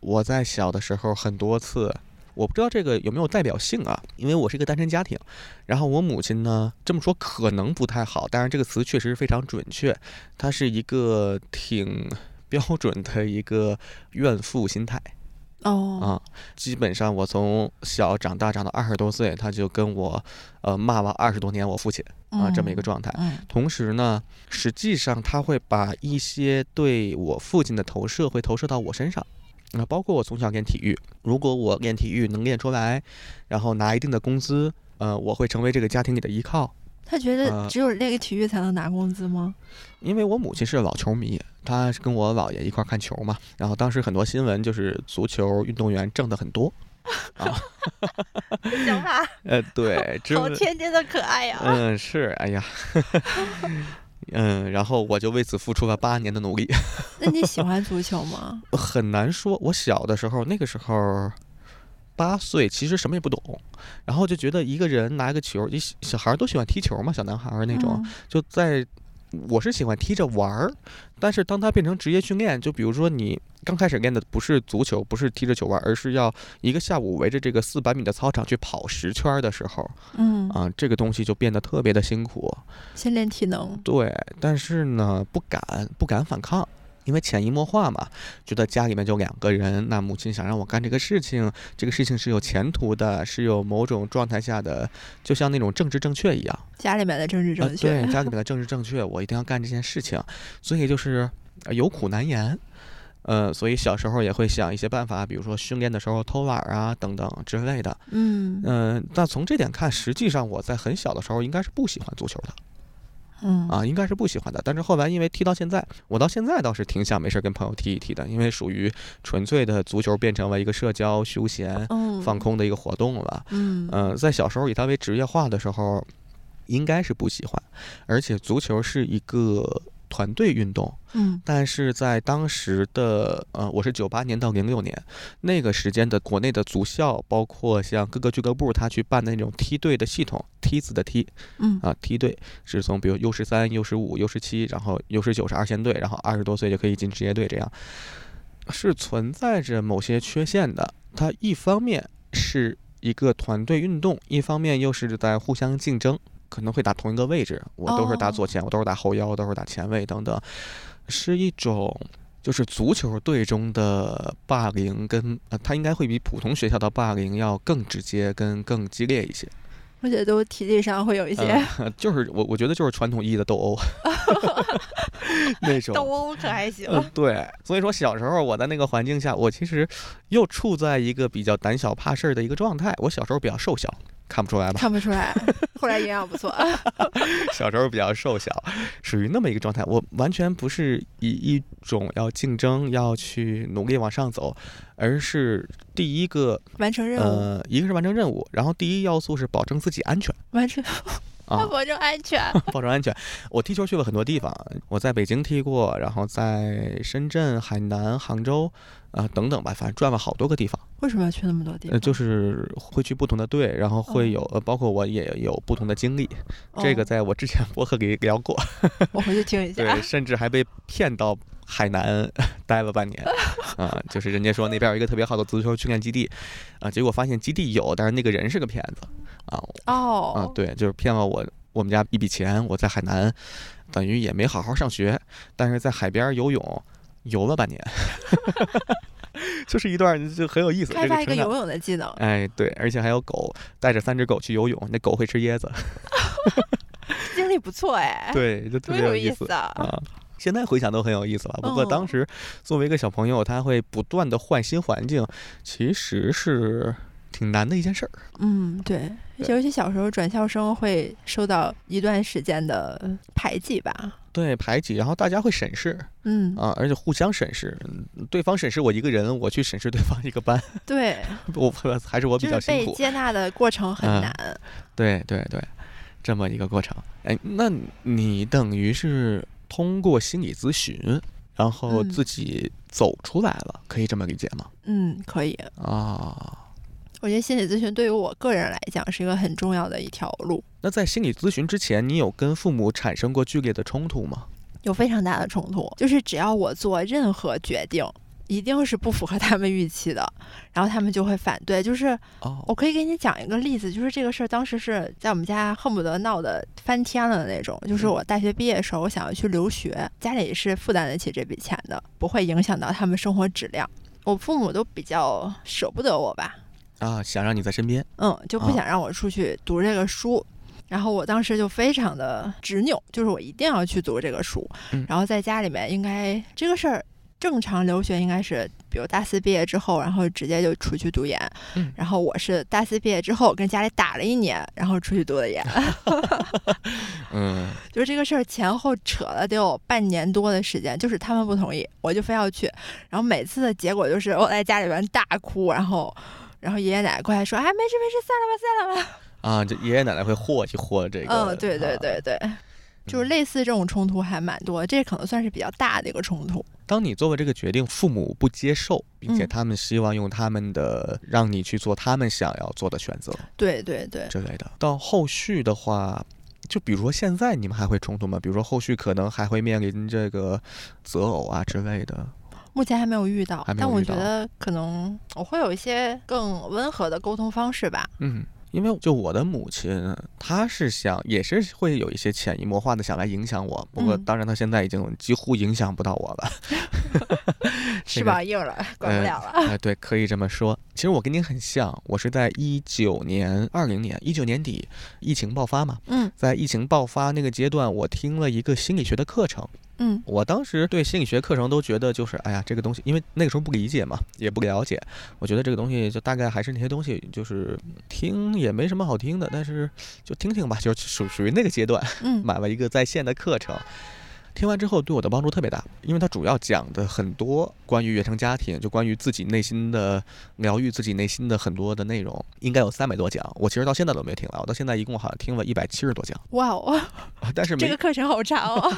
[SPEAKER 1] 我在小的时候很多次，我不知道这个有没有代表性啊，因为我是一个单身家庭。然后我母亲呢，这么说可能不太好，但是这个词确实非常准确，她是一个挺标准的一个怨妇心态
[SPEAKER 2] 哦，
[SPEAKER 1] 啊，基本上我从小长大长到二十多岁，他就跟我，呃，骂了二十多年我父亲啊这么一个状态。
[SPEAKER 3] 嗯
[SPEAKER 1] 同时呢，实际上他会把一些对我父亲的投射会投射到我身上。那包括我从小练体育，如果我练体育能练出来，然后拿一定的工资，呃，我会成为这个家庭里的依靠。
[SPEAKER 2] 他觉得
[SPEAKER 1] 呃
[SPEAKER 2] 只有练个体育才能拿工资 <laughs> 吗？
[SPEAKER 1] 因为我母亲是老球迷，她是跟我姥爷一块儿看球嘛，然后当时很多新闻就是足球运动员挣的很多，
[SPEAKER 2] 想法
[SPEAKER 1] 呃，对，之后
[SPEAKER 2] 好天真的可爱呀、
[SPEAKER 1] 嗯，是，哎呀， <laughs> 嗯，然后我就为此付出了八年的努力，
[SPEAKER 2] <laughs> 那你喜欢足球吗？
[SPEAKER 1] 很难说。我小的时候，那个时候八岁，其实什么也不懂，然后就觉得一个人拿个球，一小小孩儿都喜欢踢球嘛，小男孩儿那
[SPEAKER 2] 嗯
[SPEAKER 1] 种，就在。我是喜欢踢着玩儿，但是当他变成职业训练，就比如说你刚开始练的不是足球，不是踢着球玩儿，而是要一个下午围着这个四百米的操场去跑十圈儿的时候，
[SPEAKER 2] 嗯，嗯，
[SPEAKER 1] 啊、这个东西就变得特别的辛苦。
[SPEAKER 2] 先练体能。
[SPEAKER 1] 对，但是呢，不敢不敢反抗，因为潜移默化嘛，觉得家里面就两个人，那母亲想让我干这个事情，这个事情是有前途的，是有某种状态下的，就像那种政治正确一样，
[SPEAKER 2] 家里面的政治正确，
[SPEAKER 1] 呃、对家里面的政治正确，我一定要干这件事情，所以就是呃有苦难言。呃，所以小时候也会想一些办法，比如说训练的时候偷懒儿啊等等之类的。
[SPEAKER 2] 嗯
[SPEAKER 1] 嗯、那从这点看，实际上我在很小的时候应该是不喜欢足球的。
[SPEAKER 2] 嗯，
[SPEAKER 1] 啊，应该是不喜欢的。但是后来因为踢到现在，我到现在倒是挺想没事儿跟朋友踢一踢的，因为属于纯粹的足球变成了一个社交休闲、
[SPEAKER 2] 嗯，
[SPEAKER 1] 放，空的一个活动了。
[SPEAKER 2] 嗯
[SPEAKER 1] 嗯、在小时候以它为职业化的时候，应该是不喜欢，而且足球是一个。团队运动，
[SPEAKER 2] 嗯
[SPEAKER 1] 但是在当时的呃，我是九八年到零六年那个时间的国内的足校，包括像各个俱乐部，他去办的那种梯队的系统，梯子的梯，
[SPEAKER 2] 嗯
[SPEAKER 1] 啊，梯队是从比如 U 十三、U 十五、U 十七，然后 U 十九是二线队，然后二十多岁就可以进职业队，这样是存在着某些缺陷的。它一方面是一个团队运动，一方面又是在互相竞争，可能会打同一个位置，我都是打
[SPEAKER 2] 哦
[SPEAKER 1] 左前，我都是打后腰，我都是打前卫等等，是一种。就是足球队中的霸凌跟，呃，它应该会比普通学校的霸凌要更直接、跟更激烈一些。
[SPEAKER 2] 而且都体力上会有一些、 <laughs>
[SPEAKER 1] 呃、 <laughs> 就是我我觉得就是传统意义的斗殴，那种。
[SPEAKER 2] <laughs> 斗殴，可还行。
[SPEAKER 1] 嗯、对，所以说小时候我在那个环境下，我其实又处在一个比较胆小怕事儿的一个状态。我小时候比较瘦小，看不出来吧？
[SPEAKER 2] 看不出来， <laughs> 后来营养
[SPEAKER 1] <laughs>
[SPEAKER 2] 不错。
[SPEAKER 1] 小时候比较瘦小，属于那么一个状态。我完全不是以一种要竞争、要去努力往上走，而是第一个
[SPEAKER 2] 完成任务，
[SPEAKER 1] 呃，一个是完成任务，然后第一要素是保证自己安全
[SPEAKER 2] 完成，
[SPEAKER 1] 啊。
[SPEAKER 2] <laughs> 保证安全。
[SPEAKER 1] 保证安全。我踢球去了很多地方，我在北京踢过，然后在深圳、海南、杭州，啊、等等吧，反正转了好多个地方。
[SPEAKER 2] 为什么要去那么多地
[SPEAKER 1] 呃，
[SPEAKER 2] 方？
[SPEAKER 1] 就是会去不同的队，然后会有，呃，包括我也有不同的经历。这个
[SPEAKER 2] 哦
[SPEAKER 1] 在我之前博客里聊过，
[SPEAKER 2] <laughs> 我回去听一下
[SPEAKER 1] 对，。甚至还被骗到海南待了半年。啊、就是人家说那边有一个特别好的足球训练基地，啊、结果发现基地有，但是那个人是个骗子，啊、啊、
[SPEAKER 2] 哦，
[SPEAKER 1] 对，就是骗了我我们家一笔钱，我在海南等于也没好好上学，但是在海边儿游泳游了半年， <laughs> 就是一段儿就很有意思。
[SPEAKER 2] 开
[SPEAKER 1] 这
[SPEAKER 2] 发一
[SPEAKER 1] 成
[SPEAKER 2] 个
[SPEAKER 1] 长
[SPEAKER 2] 游泳的技能。
[SPEAKER 1] 哎，对，而且还有狗，带着三只狗去游泳，那狗会吃椰子，
[SPEAKER 2] 经历不错哎，
[SPEAKER 1] 对，就特
[SPEAKER 2] 多
[SPEAKER 1] 别有
[SPEAKER 2] 意
[SPEAKER 1] 思
[SPEAKER 2] 啊！
[SPEAKER 1] 啊。现在回想都很有意思了，不过
[SPEAKER 2] 嗯
[SPEAKER 1] 当时作为一个小朋友，他会不断的换新环境，其实是挺难的一件事儿。
[SPEAKER 2] 嗯，对，
[SPEAKER 1] 对
[SPEAKER 2] 尤其小时候转校生会受到一段时间的排挤吧。
[SPEAKER 1] 对，排挤，然后大家会审视，
[SPEAKER 2] 嗯，
[SPEAKER 1] 啊，而且互相审视，嗯对方审视我一个人，我去审视对方一个班， <laughs>
[SPEAKER 2] 对，
[SPEAKER 1] 我还是我比
[SPEAKER 2] 就
[SPEAKER 1] 较
[SPEAKER 2] 是
[SPEAKER 1] 辛
[SPEAKER 2] 被
[SPEAKER 1] 苦。
[SPEAKER 2] 接纳的过程很
[SPEAKER 1] 嗯
[SPEAKER 2] 难。
[SPEAKER 1] 对对对，这么一个过程。哎，那你等于是通过心理咨询，然后
[SPEAKER 2] 嗯
[SPEAKER 1] 自己走出来了，可以这么理解吗？
[SPEAKER 2] 嗯，可以。
[SPEAKER 1] 啊，
[SPEAKER 2] 我觉得心理咨询对于我个人来讲是一个很重要的一条路，
[SPEAKER 1] 那在心理咨询之前，你有跟父母产生过剧烈的冲突吗？
[SPEAKER 2] 有非常大的冲突。就是只要我做任何决定，一定是不符合他们预期的，然后他们就会反对。就是
[SPEAKER 1] 哦，
[SPEAKER 2] 我可以给你讲一个例子，就是这个事儿当时是在我们家恨不得闹得翻天了的那种。就是我大学毕业的时候，我想要去留学，家里是负担得起这笔钱的，不会影响到他们生活质量。我父母都比较舍不得我吧，
[SPEAKER 1] 啊，想让你在身边，
[SPEAKER 2] 嗯，就不
[SPEAKER 1] 啊
[SPEAKER 2] 想让我出去读这个书。然后我当时就非常的执拗，就是我一定要去读这个书。
[SPEAKER 1] 嗯
[SPEAKER 2] 然后在家里面应该这个事儿，正常留学应该是比如大四毕业之后，然后直接就出去读研。
[SPEAKER 1] 嗯
[SPEAKER 2] 然后我是大四毕业之后跟家里打了一年，然后出去读
[SPEAKER 1] <laughs>
[SPEAKER 2] 的研。
[SPEAKER 1] 嗯，
[SPEAKER 2] 就是这个事儿前后扯了得有半年多的时间，就是他们不同意，我就非要去，然后每次的结果就是我在家里边大哭，然后。然后爷爷奶奶过来说：“哎，没事没事，散了吧，散了吧。
[SPEAKER 1] 啊，这爷爷奶奶会和气和这个，
[SPEAKER 2] 嗯，对对
[SPEAKER 1] 啊
[SPEAKER 2] 对对，就是类似这种冲突还蛮多，这可能算是比较大的一个冲突。
[SPEAKER 1] 当你做了这个决定，父母不接受，并且
[SPEAKER 2] 嗯
[SPEAKER 1] 他们希望用他们的、让你去做他们想要做的选择
[SPEAKER 2] 对对对，
[SPEAKER 1] 之类的。到后续的话，就比如说现在你们还会冲突吗？比如说后续可能还会面临这个择偶啊之类的。
[SPEAKER 2] 目前还没有遇到，
[SPEAKER 1] 还没有
[SPEAKER 2] 但我
[SPEAKER 1] 遇
[SPEAKER 2] 觉
[SPEAKER 1] 到
[SPEAKER 2] 得可能我会有一些更温和的沟通方式吧。
[SPEAKER 1] 嗯，因为就我的母亲，她是想也是会有一些潜移默化的想来影响我，不过
[SPEAKER 2] 嗯
[SPEAKER 1] 当然她现在已经几乎影响不到我
[SPEAKER 2] <laughs>
[SPEAKER 1] 了。这
[SPEAKER 2] 翅
[SPEAKER 1] 个
[SPEAKER 2] 膀硬了，管
[SPEAKER 1] 呃
[SPEAKER 2] 不了了。
[SPEAKER 1] 哎，对，可以这么说。其实我跟您很像，我是在一九年、二零年、一九年底疫情爆发嘛，
[SPEAKER 2] 嗯
[SPEAKER 1] 在疫情爆发那个阶段，我听了一个心理学的课程。
[SPEAKER 2] 嗯
[SPEAKER 1] 我当时对心理学课程都觉得就是，哎呀，这个东西，因为那个时候不理解嘛，也不了解，我觉得这个东西就大概还是那些东西，就是听也没什么好听的，但是就听听吧，就是属属于那个阶段。<laughs>
[SPEAKER 2] 嗯
[SPEAKER 1] 买了一个在线的课程。听完之后对我的帮助特别大，因为它主要讲的很多关于原生家庭，就关于自己内心的疗愈，自己内心的很多的内容，应该有三百多讲。我其实到现在都没有听完，我到现在一共好像听了一百七十多讲，
[SPEAKER 2] 哇哦，
[SPEAKER 1] 啊但是
[SPEAKER 2] 这
[SPEAKER 1] 每
[SPEAKER 2] 个课程好长
[SPEAKER 1] <laughs>
[SPEAKER 2] 哦。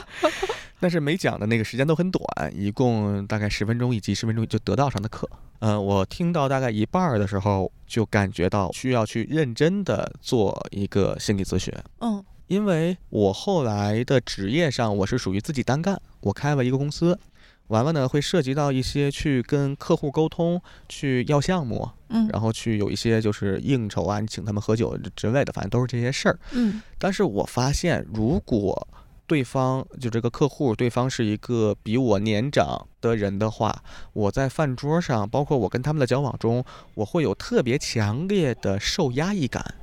[SPEAKER 1] 但是每讲的那个时间都很短，一共大概十分钟一集，十分钟就得到上的课。嗯，我听到大概一半儿的时候，就感觉到需要去认真的做一个心理咨询。
[SPEAKER 2] 嗯
[SPEAKER 1] 因为我后来的职业上，我是属于自己单干，我开了一个公司，完了呢会涉及到一些去跟客户沟通、去要项目，
[SPEAKER 2] 嗯
[SPEAKER 1] 然后去有一些就是应酬啊，你请他们喝酒之类的，反正都是这些事儿。
[SPEAKER 2] 嗯
[SPEAKER 1] 但是我发现，如果对方就这个客户，对方是一个比我年长的人的话，我在饭桌上，包括我跟他们的交往中，我会有特别强烈的受压抑感。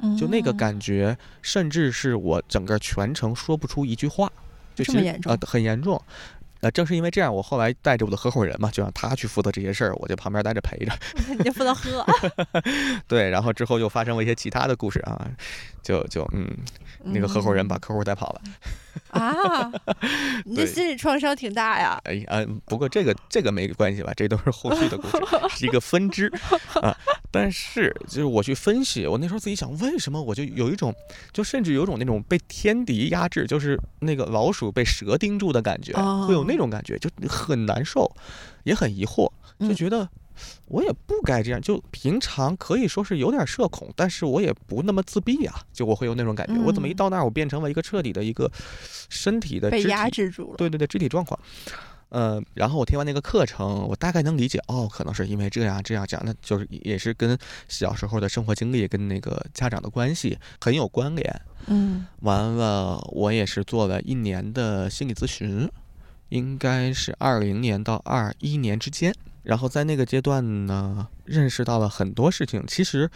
[SPEAKER 2] 嗯，
[SPEAKER 1] 就那个感觉，甚至是我整个全程说不出一句话，就
[SPEAKER 2] 这
[SPEAKER 1] 其
[SPEAKER 2] 么
[SPEAKER 1] 实
[SPEAKER 2] 严
[SPEAKER 1] 呃，很严重。呃，正是因为这样，我后来带着我的合伙人嘛，就让他去负责这些事儿，我就旁边待着陪着。<laughs>
[SPEAKER 2] <laughs> 你就不能喝。
[SPEAKER 1] 对，然后之后又发生了一些其他的故事啊，就就嗯， <laughs> 那个合伙人把客户带跑了。
[SPEAKER 2] 嗯
[SPEAKER 1] <laughs>
[SPEAKER 2] 啊，你这
[SPEAKER 1] 对
[SPEAKER 2] 心理创伤挺大呀。
[SPEAKER 1] 哎啊，不过这个这个没关系吧，这都是后续的故事，是一个分支啊。但是就是我去分析，我那时候自己想，为什么我就有一种，就甚至有一种那种被天敌压制，就是那个老鼠被蛇盯住的感觉，
[SPEAKER 2] 哦
[SPEAKER 1] 会有那种感觉，就很难受，也很疑惑，就
[SPEAKER 2] 嗯
[SPEAKER 1] 觉得。我也不该这样，就平常可以说是有点社恐，但是我也不那么自闭啊，就我会有那种感觉，我怎么一
[SPEAKER 2] 嗯
[SPEAKER 1] 到那儿，我变成了一个彻底的一个身体的
[SPEAKER 2] 被
[SPEAKER 1] 肢
[SPEAKER 2] 压
[SPEAKER 1] 体
[SPEAKER 2] 制住了。
[SPEAKER 1] 对对对，肢体状况。呃，然后我听完那个课程，我大概能理解，哦，可能是因为这样这样讲，那就是也是跟小时候的生活经历跟那个家长的关系很有关联。
[SPEAKER 2] 嗯
[SPEAKER 1] 完了，我也是做了一年的心理咨询，应该是二零年到二一年之间。然后在那个阶段呢，认识到了很多事情。其实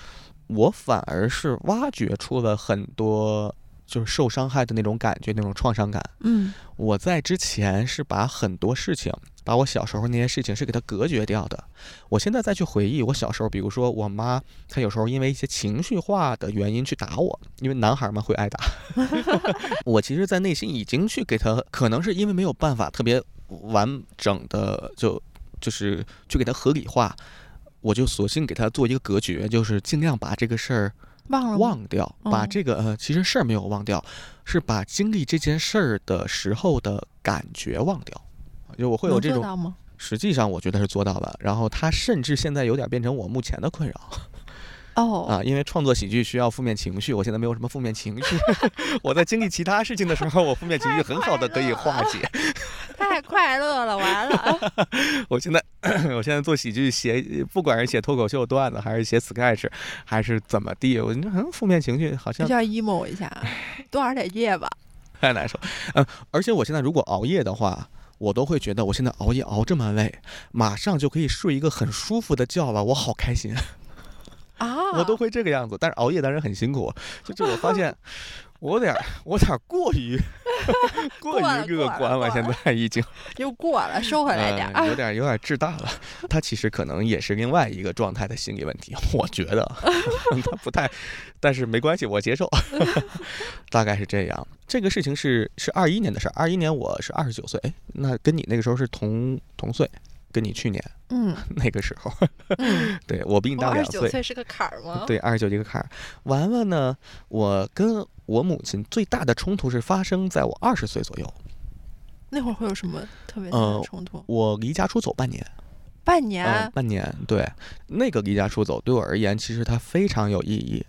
[SPEAKER 1] 我反而是挖掘出了很多就是受伤害的那种感觉，那种创伤感。
[SPEAKER 2] 嗯
[SPEAKER 1] 我在之前是把很多事情，把我小时候那些事情是给它隔绝掉的。我现在再去回忆我小时候，比如说我妈，她有时候因为一些情绪化的原因去打我，因为男孩嘛会挨打。 <laughs> 我其实，在内心已经去给她，可能是因为没有办法特别完整的就就是去给她合理化，我就索性给她做一个隔绝，就是尽量把这个事儿
[SPEAKER 2] 忘了吗
[SPEAKER 1] 忘掉，把
[SPEAKER 2] 嗯
[SPEAKER 1] 这个呃，其实事儿没有忘掉，是把经历这件事儿的时候的感觉忘掉。就我会有
[SPEAKER 2] 能
[SPEAKER 1] 这
[SPEAKER 2] 做
[SPEAKER 1] 种，啊
[SPEAKER 2] 到吗？
[SPEAKER 1] 实际上我觉得是做到了。然后它甚至现在有点变成我目前的困扰
[SPEAKER 2] 哦，
[SPEAKER 1] 啊，因为创作喜剧需要负面情绪，我现在没有什么负面情
[SPEAKER 2] <laughs>
[SPEAKER 1] 绪。我在经历其他事情的时候，我负面情绪很好的得以化解。
[SPEAKER 2] <laughs> 太快乐了，完 <laughs> 了。
[SPEAKER 1] 我现在我现在做喜剧写，不管是写脱口秀段子，还是写 sketch，还是怎么地，我就很负面情绪好像
[SPEAKER 2] 必须要 emo 啊一下，多玩点夜吧。
[SPEAKER 1] 太难受。嗯，而且我现在如果熬夜的话，我都会觉得我现在熬夜熬这么累，马上就可以睡一个很舒服的觉了，我好开心，
[SPEAKER 2] 啊，
[SPEAKER 1] 我都会这个样子。但是熬夜当然很辛苦，就是我发现我有点儿我有点儿过于过
[SPEAKER 2] 过了
[SPEAKER 1] 于乐
[SPEAKER 2] 过
[SPEAKER 1] 观
[SPEAKER 2] 了过
[SPEAKER 1] 了，现
[SPEAKER 2] 了
[SPEAKER 1] 在已经。
[SPEAKER 2] 又过了，收回来点儿、
[SPEAKER 1] 呃有点有点志大了。他其实可能也是另外一个状态的心理问题，我觉得 <laughs> 他不太，但是没关系，我接受， <laughs> 大概是这样。这个事情是是二一年的事儿，二一年我是二十九岁，哎，那跟你那个时候是同同岁，跟你去年
[SPEAKER 2] 嗯
[SPEAKER 1] 那个时候，
[SPEAKER 2] 嗯，
[SPEAKER 1] 对我比你
[SPEAKER 2] 我
[SPEAKER 1] 大
[SPEAKER 2] 二
[SPEAKER 1] 两
[SPEAKER 2] 十九岁是个坎儿吗？，
[SPEAKER 1] 对，二十九这个坎儿。玩玩呢，我跟我母亲最大的冲突是发生在我二十岁左右，
[SPEAKER 2] 那会儿会有什么特别大的
[SPEAKER 1] 呃
[SPEAKER 2] 冲突？
[SPEAKER 1] 我离家出走半年。
[SPEAKER 2] 半年、
[SPEAKER 1] 嗯，半年，对，那个离家出走对我而言，其实它非常有意义。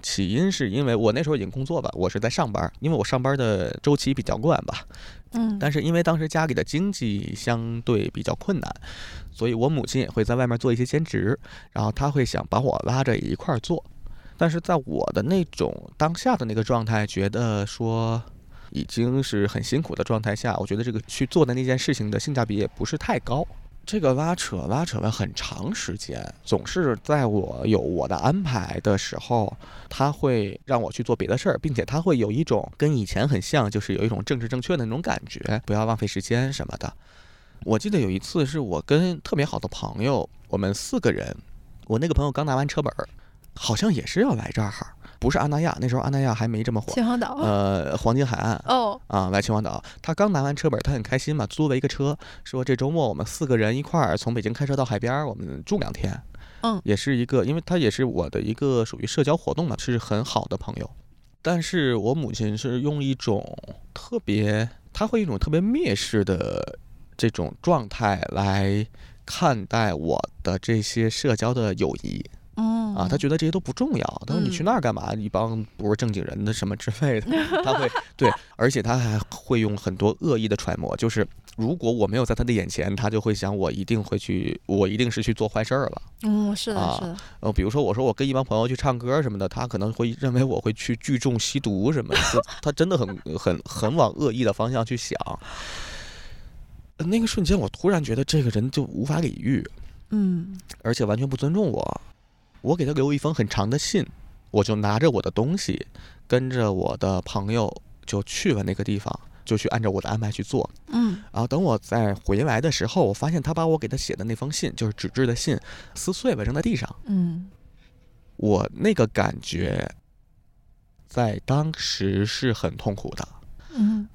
[SPEAKER 1] 起因是因为我那时候已经工作吧，我是在上班儿，因为我上班儿的周期比较乱吧。
[SPEAKER 2] 嗯，
[SPEAKER 1] 但是因为当时家里的经济相对比较困难，所以我母亲也会在外面做一些兼职，然后她会想把我拉着也一块儿做。但是在我的那种当下的那个状态，觉得说已经是很辛苦的状态下，我觉得这个去做的那件事情的性价比也不是太高。这个拉扯拉扯了很长时间，总是在我有我的安排的时候，他会让我去做别的事儿，并且他会有一种跟以前很像，就是有一种政治正确的那种感觉，不要浪费时间什么的。我记得有一次是我跟特别好的朋友，我们四个人，我那个朋友刚拿完车本儿，好像也是要来这儿，不是安那亚，那时候安那亚还没这么火，
[SPEAKER 2] 秦皇岛、
[SPEAKER 1] 呃，黄金海岸，
[SPEAKER 2] 哦，
[SPEAKER 1] 啊，来秦皇岛，他刚拿完车本，他很开心嘛，租了一个车，说这周末我们四个人一块儿从北京开车到海边儿，我们住两天。
[SPEAKER 2] 嗯
[SPEAKER 1] 也是一个，因为他也是我的一个属于社交活动嘛，是很好的朋友。但是我母亲是用一种特别，她会一种特别蔑视的这种状态来看待我的这些社交的友谊
[SPEAKER 2] 嗯
[SPEAKER 1] 啊，她觉得这些都不重要。她说你去
[SPEAKER 2] 嗯
[SPEAKER 1] 那儿干嘛？一帮不是正经人的什么之类的。他会对，而且他还会用很多恶意的揣摩，就是如果我没有在他的眼前，他就会想我一定会去，我一定是去做坏事儿了。
[SPEAKER 2] 嗯，是的，
[SPEAKER 1] 啊
[SPEAKER 2] 是的，
[SPEAKER 1] 呃，比如说我说我跟一帮朋友去唱歌什么的，他可能会认为我会去聚众吸毒什么的，就他真的很很很往恶意的方向去想。呃那个瞬间，我突然觉得这个人就无法理喻，
[SPEAKER 2] 嗯
[SPEAKER 1] 而且完全不尊重我。我给他留一封很长的信，我就拿着我的东西，跟着我的朋友就去了那个地方，就去按照我的安排去做。
[SPEAKER 2] 嗯，
[SPEAKER 1] 然后等我再回来的时候，我发现他把我给他写的那封信，就是纸质的信，撕碎了扔在地上。
[SPEAKER 2] 嗯，
[SPEAKER 1] 我那个感觉，在当时是很痛苦的。
[SPEAKER 2] 嗯，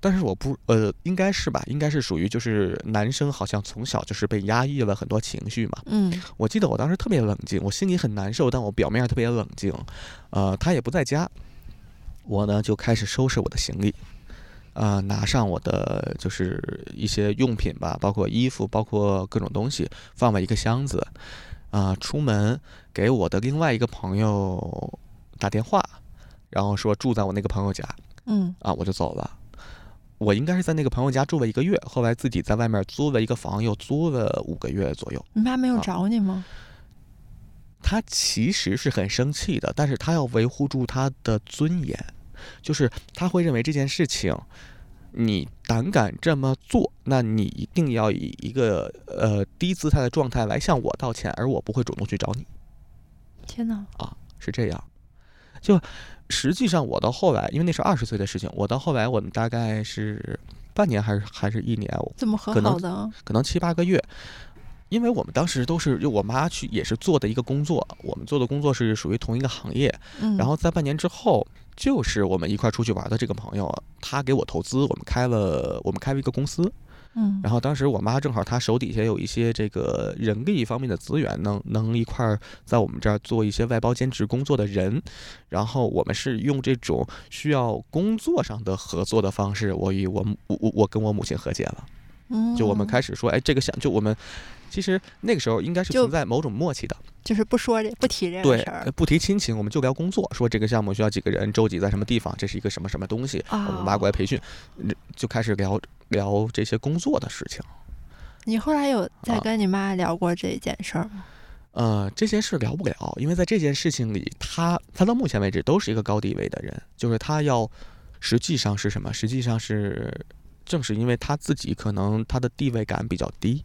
[SPEAKER 1] 但是我不呃，应该是吧，应该是属于就是男生好像从小就是被压抑了很多情绪嘛，
[SPEAKER 2] 嗯，
[SPEAKER 1] 我记得我当时特别冷静，我心里很难受，但我表面上特别冷静。呃，他也不在家，我呢就开始收拾我的行李，呃，拿上我的就是一些用品吧，包括衣服，包括各种东西，放了一个箱子。啊、出门给我的另外一个朋友打电话，然后说住在我那个朋友家
[SPEAKER 2] 嗯，
[SPEAKER 1] 啊，我就走了。我应该是在那个朋友家住了一个月，后来自己在外面租了一个房，又租了五个月左右。
[SPEAKER 2] 你爸没有
[SPEAKER 1] 啊
[SPEAKER 2] 找你吗？
[SPEAKER 1] 他其实是很生气的，但是他要维护住他的尊严，就是他会认为这件事情，你胆敢这么做，那你一定要以一个呃低姿态的状态来向我道歉，而我不会主动去找你，
[SPEAKER 2] 天哪，
[SPEAKER 1] 是这样。就实际上我到后来，因为那是二十岁的事情，我到后来我们大概是半年还是还是一年，我
[SPEAKER 2] 怎么和
[SPEAKER 1] 可能
[SPEAKER 2] 好的啊？
[SPEAKER 1] 可能七八个月。因为我们当时都是，就我妈去也是做的一个工作，我们做的工作是属于同一个行业，
[SPEAKER 2] 嗯，
[SPEAKER 1] 然后在半年之后，就是我们一块儿出去玩的这个朋友，他给我投资，我们开了我们开了一个公司。
[SPEAKER 2] 嗯，
[SPEAKER 1] 然后当时我妈正好她手底下有一些这个人力方面的资源，能能一块儿在我们这儿做一些外包兼职工作的人。然后我们是用这种需要工作上的合作的方式，我与我母我我我跟我母亲和解了。
[SPEAKER 2] 后
[SPEAKER 1] 就我们开始说，哎，这个想就我们。其实那个时候应该是
[SPEAKER 2] 就
[SPEAKER 1] 存在某种默契的，
[SPEAKER 2] 就是不说这不提这个
[SPEAKER 1] 对
[SPEAKER 2] 事儿，啊
[SPEAKER 1] 呃不提亲情，我们就聊工作，说这个项目需要几个人，周几在什么地方，这是一个什么什么东西，我们挖过来培训，
[SPEAKER 2] 哦
[SPEAKER 1] 嗯就开始聊聊这些工作的事情。
[SPEAKER 2] 你后来有再
[SPEAKER 1] 啊
[SPEAKER 2] 跟你妈聊过这一件事儿吗？
[SPEAKER 1] 呃，这件事聊不了，因为在这件事情里，他他到目前为止都是一个高地位的人，就是他要实际上是什么？实际上是正是因为他自己可能他的地位感比较低，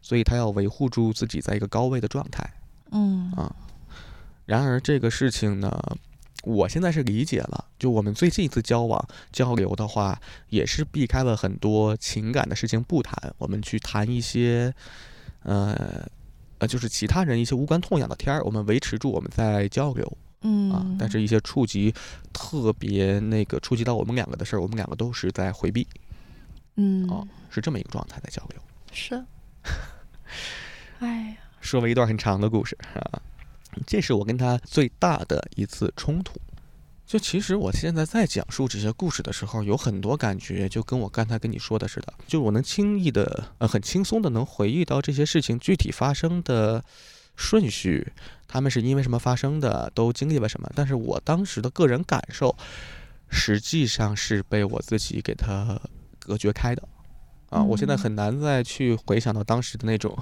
[SPEAKER 1] 所以他要维护住自己在一个高位的状态。
[SPEAKER 2] 嗯
[SPEAKER 1] 啊然而这个事情呢，我现在是理解了。就我们最近一次交往交流的话，也是避开了很多情感的事情不谈，我们去谈一些，呃，呃，就是其他人一些无关痛痒的天儿，我们维持住我们在交流
[SPEAKER 2] 嗯
[SPEAKER 1] 啊。但是，一些触及特别那个触及到我们两个的事儿，我们两个都是在回避
[SPEAKER 2] 嗯
[SPEAKER 1] 啊，是这么一个状态在交流。
[SPEAKER 2] <laughs>
[SPEAKER 4] 是，哎呀，
[SPEAKER 1] 说了一段很长的故事啊，这是我跟他最大的一次冲突。就其实我现在在讲述这些故事的时候，有很多感觉，就跟我刚才跟你说的似的，就我能轻易的、呃，很轻松的能回忆到这些事情具体发生的顺序，他们是因为什么发生的，都经历了什么。但是我当时的个人感受，实际上是被我自己给他隔绝开的。啊，我现在
[SPEAKER 2] 嗯
[SPEAKER 1] 很难再去回想到当时的那种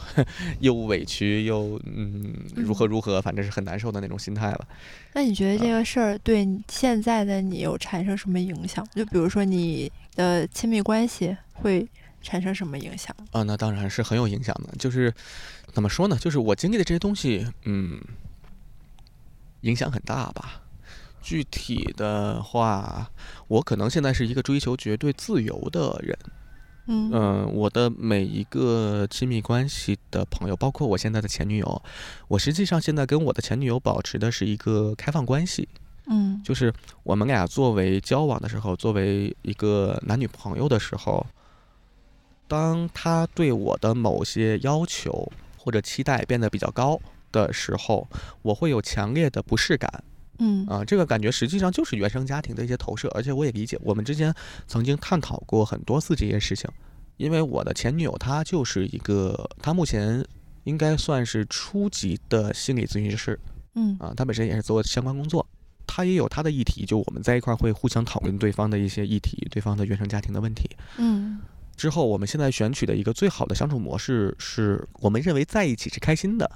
[SPEAKER 1] 又委屈又嗯如何如何，反正是很难受的那种心态了。
[SPEAKER 2] 那你觉得
[SPEAKER 1] 啊
[SPEAKER 2] 这个事儿对你现在的你有产生什么影响？就比如说你的亲密关系会产生什么影响？
[SPEAKER 1] 啊，那当然是很有影响的。就是怎么说呢？就是我经历的这些东西，嗯，影响很大吧。具体的话，我可能现在是一个追求绝对自由的人。
[SPEAKER 2] 嗯
[SPEAKER 1] 嗯、我的每一个亲密关系的朋友，包括我现在的前女友，我实际上现在跟我的前女友保持的是一个开放关系。
[SPEAKER 2] 嗯
[SPEAKER 1] 就是我们俩作为交往的时候，作为一个男女朋友的时候，当他对我的某些要求或者期待变得比较高的时候，我会有强烈的不适感
[SPEAKER 2] 嗯
[SPEAKER 1] 啊、这个感觉实际上就是原生家庭的一些投射，而且我也理解，我们之间曾经探讨过很多次这些事情，因为我的前女友她就是一个，她目前应该算是初级的心理咨询师，
[SPEAKER 2] 嗯
[SPEAKER 1] 啊，他本身也是做相关工作，他也有他的议题，就我们在一块儿会互相讨论对方的一些议题，对方的原生家庭的问题。
[SPEAKER 2] 嗯
[SPEAKER 1] 之后，我们现在选取的一个最好的相处模式是，我们认为在一起是开心的，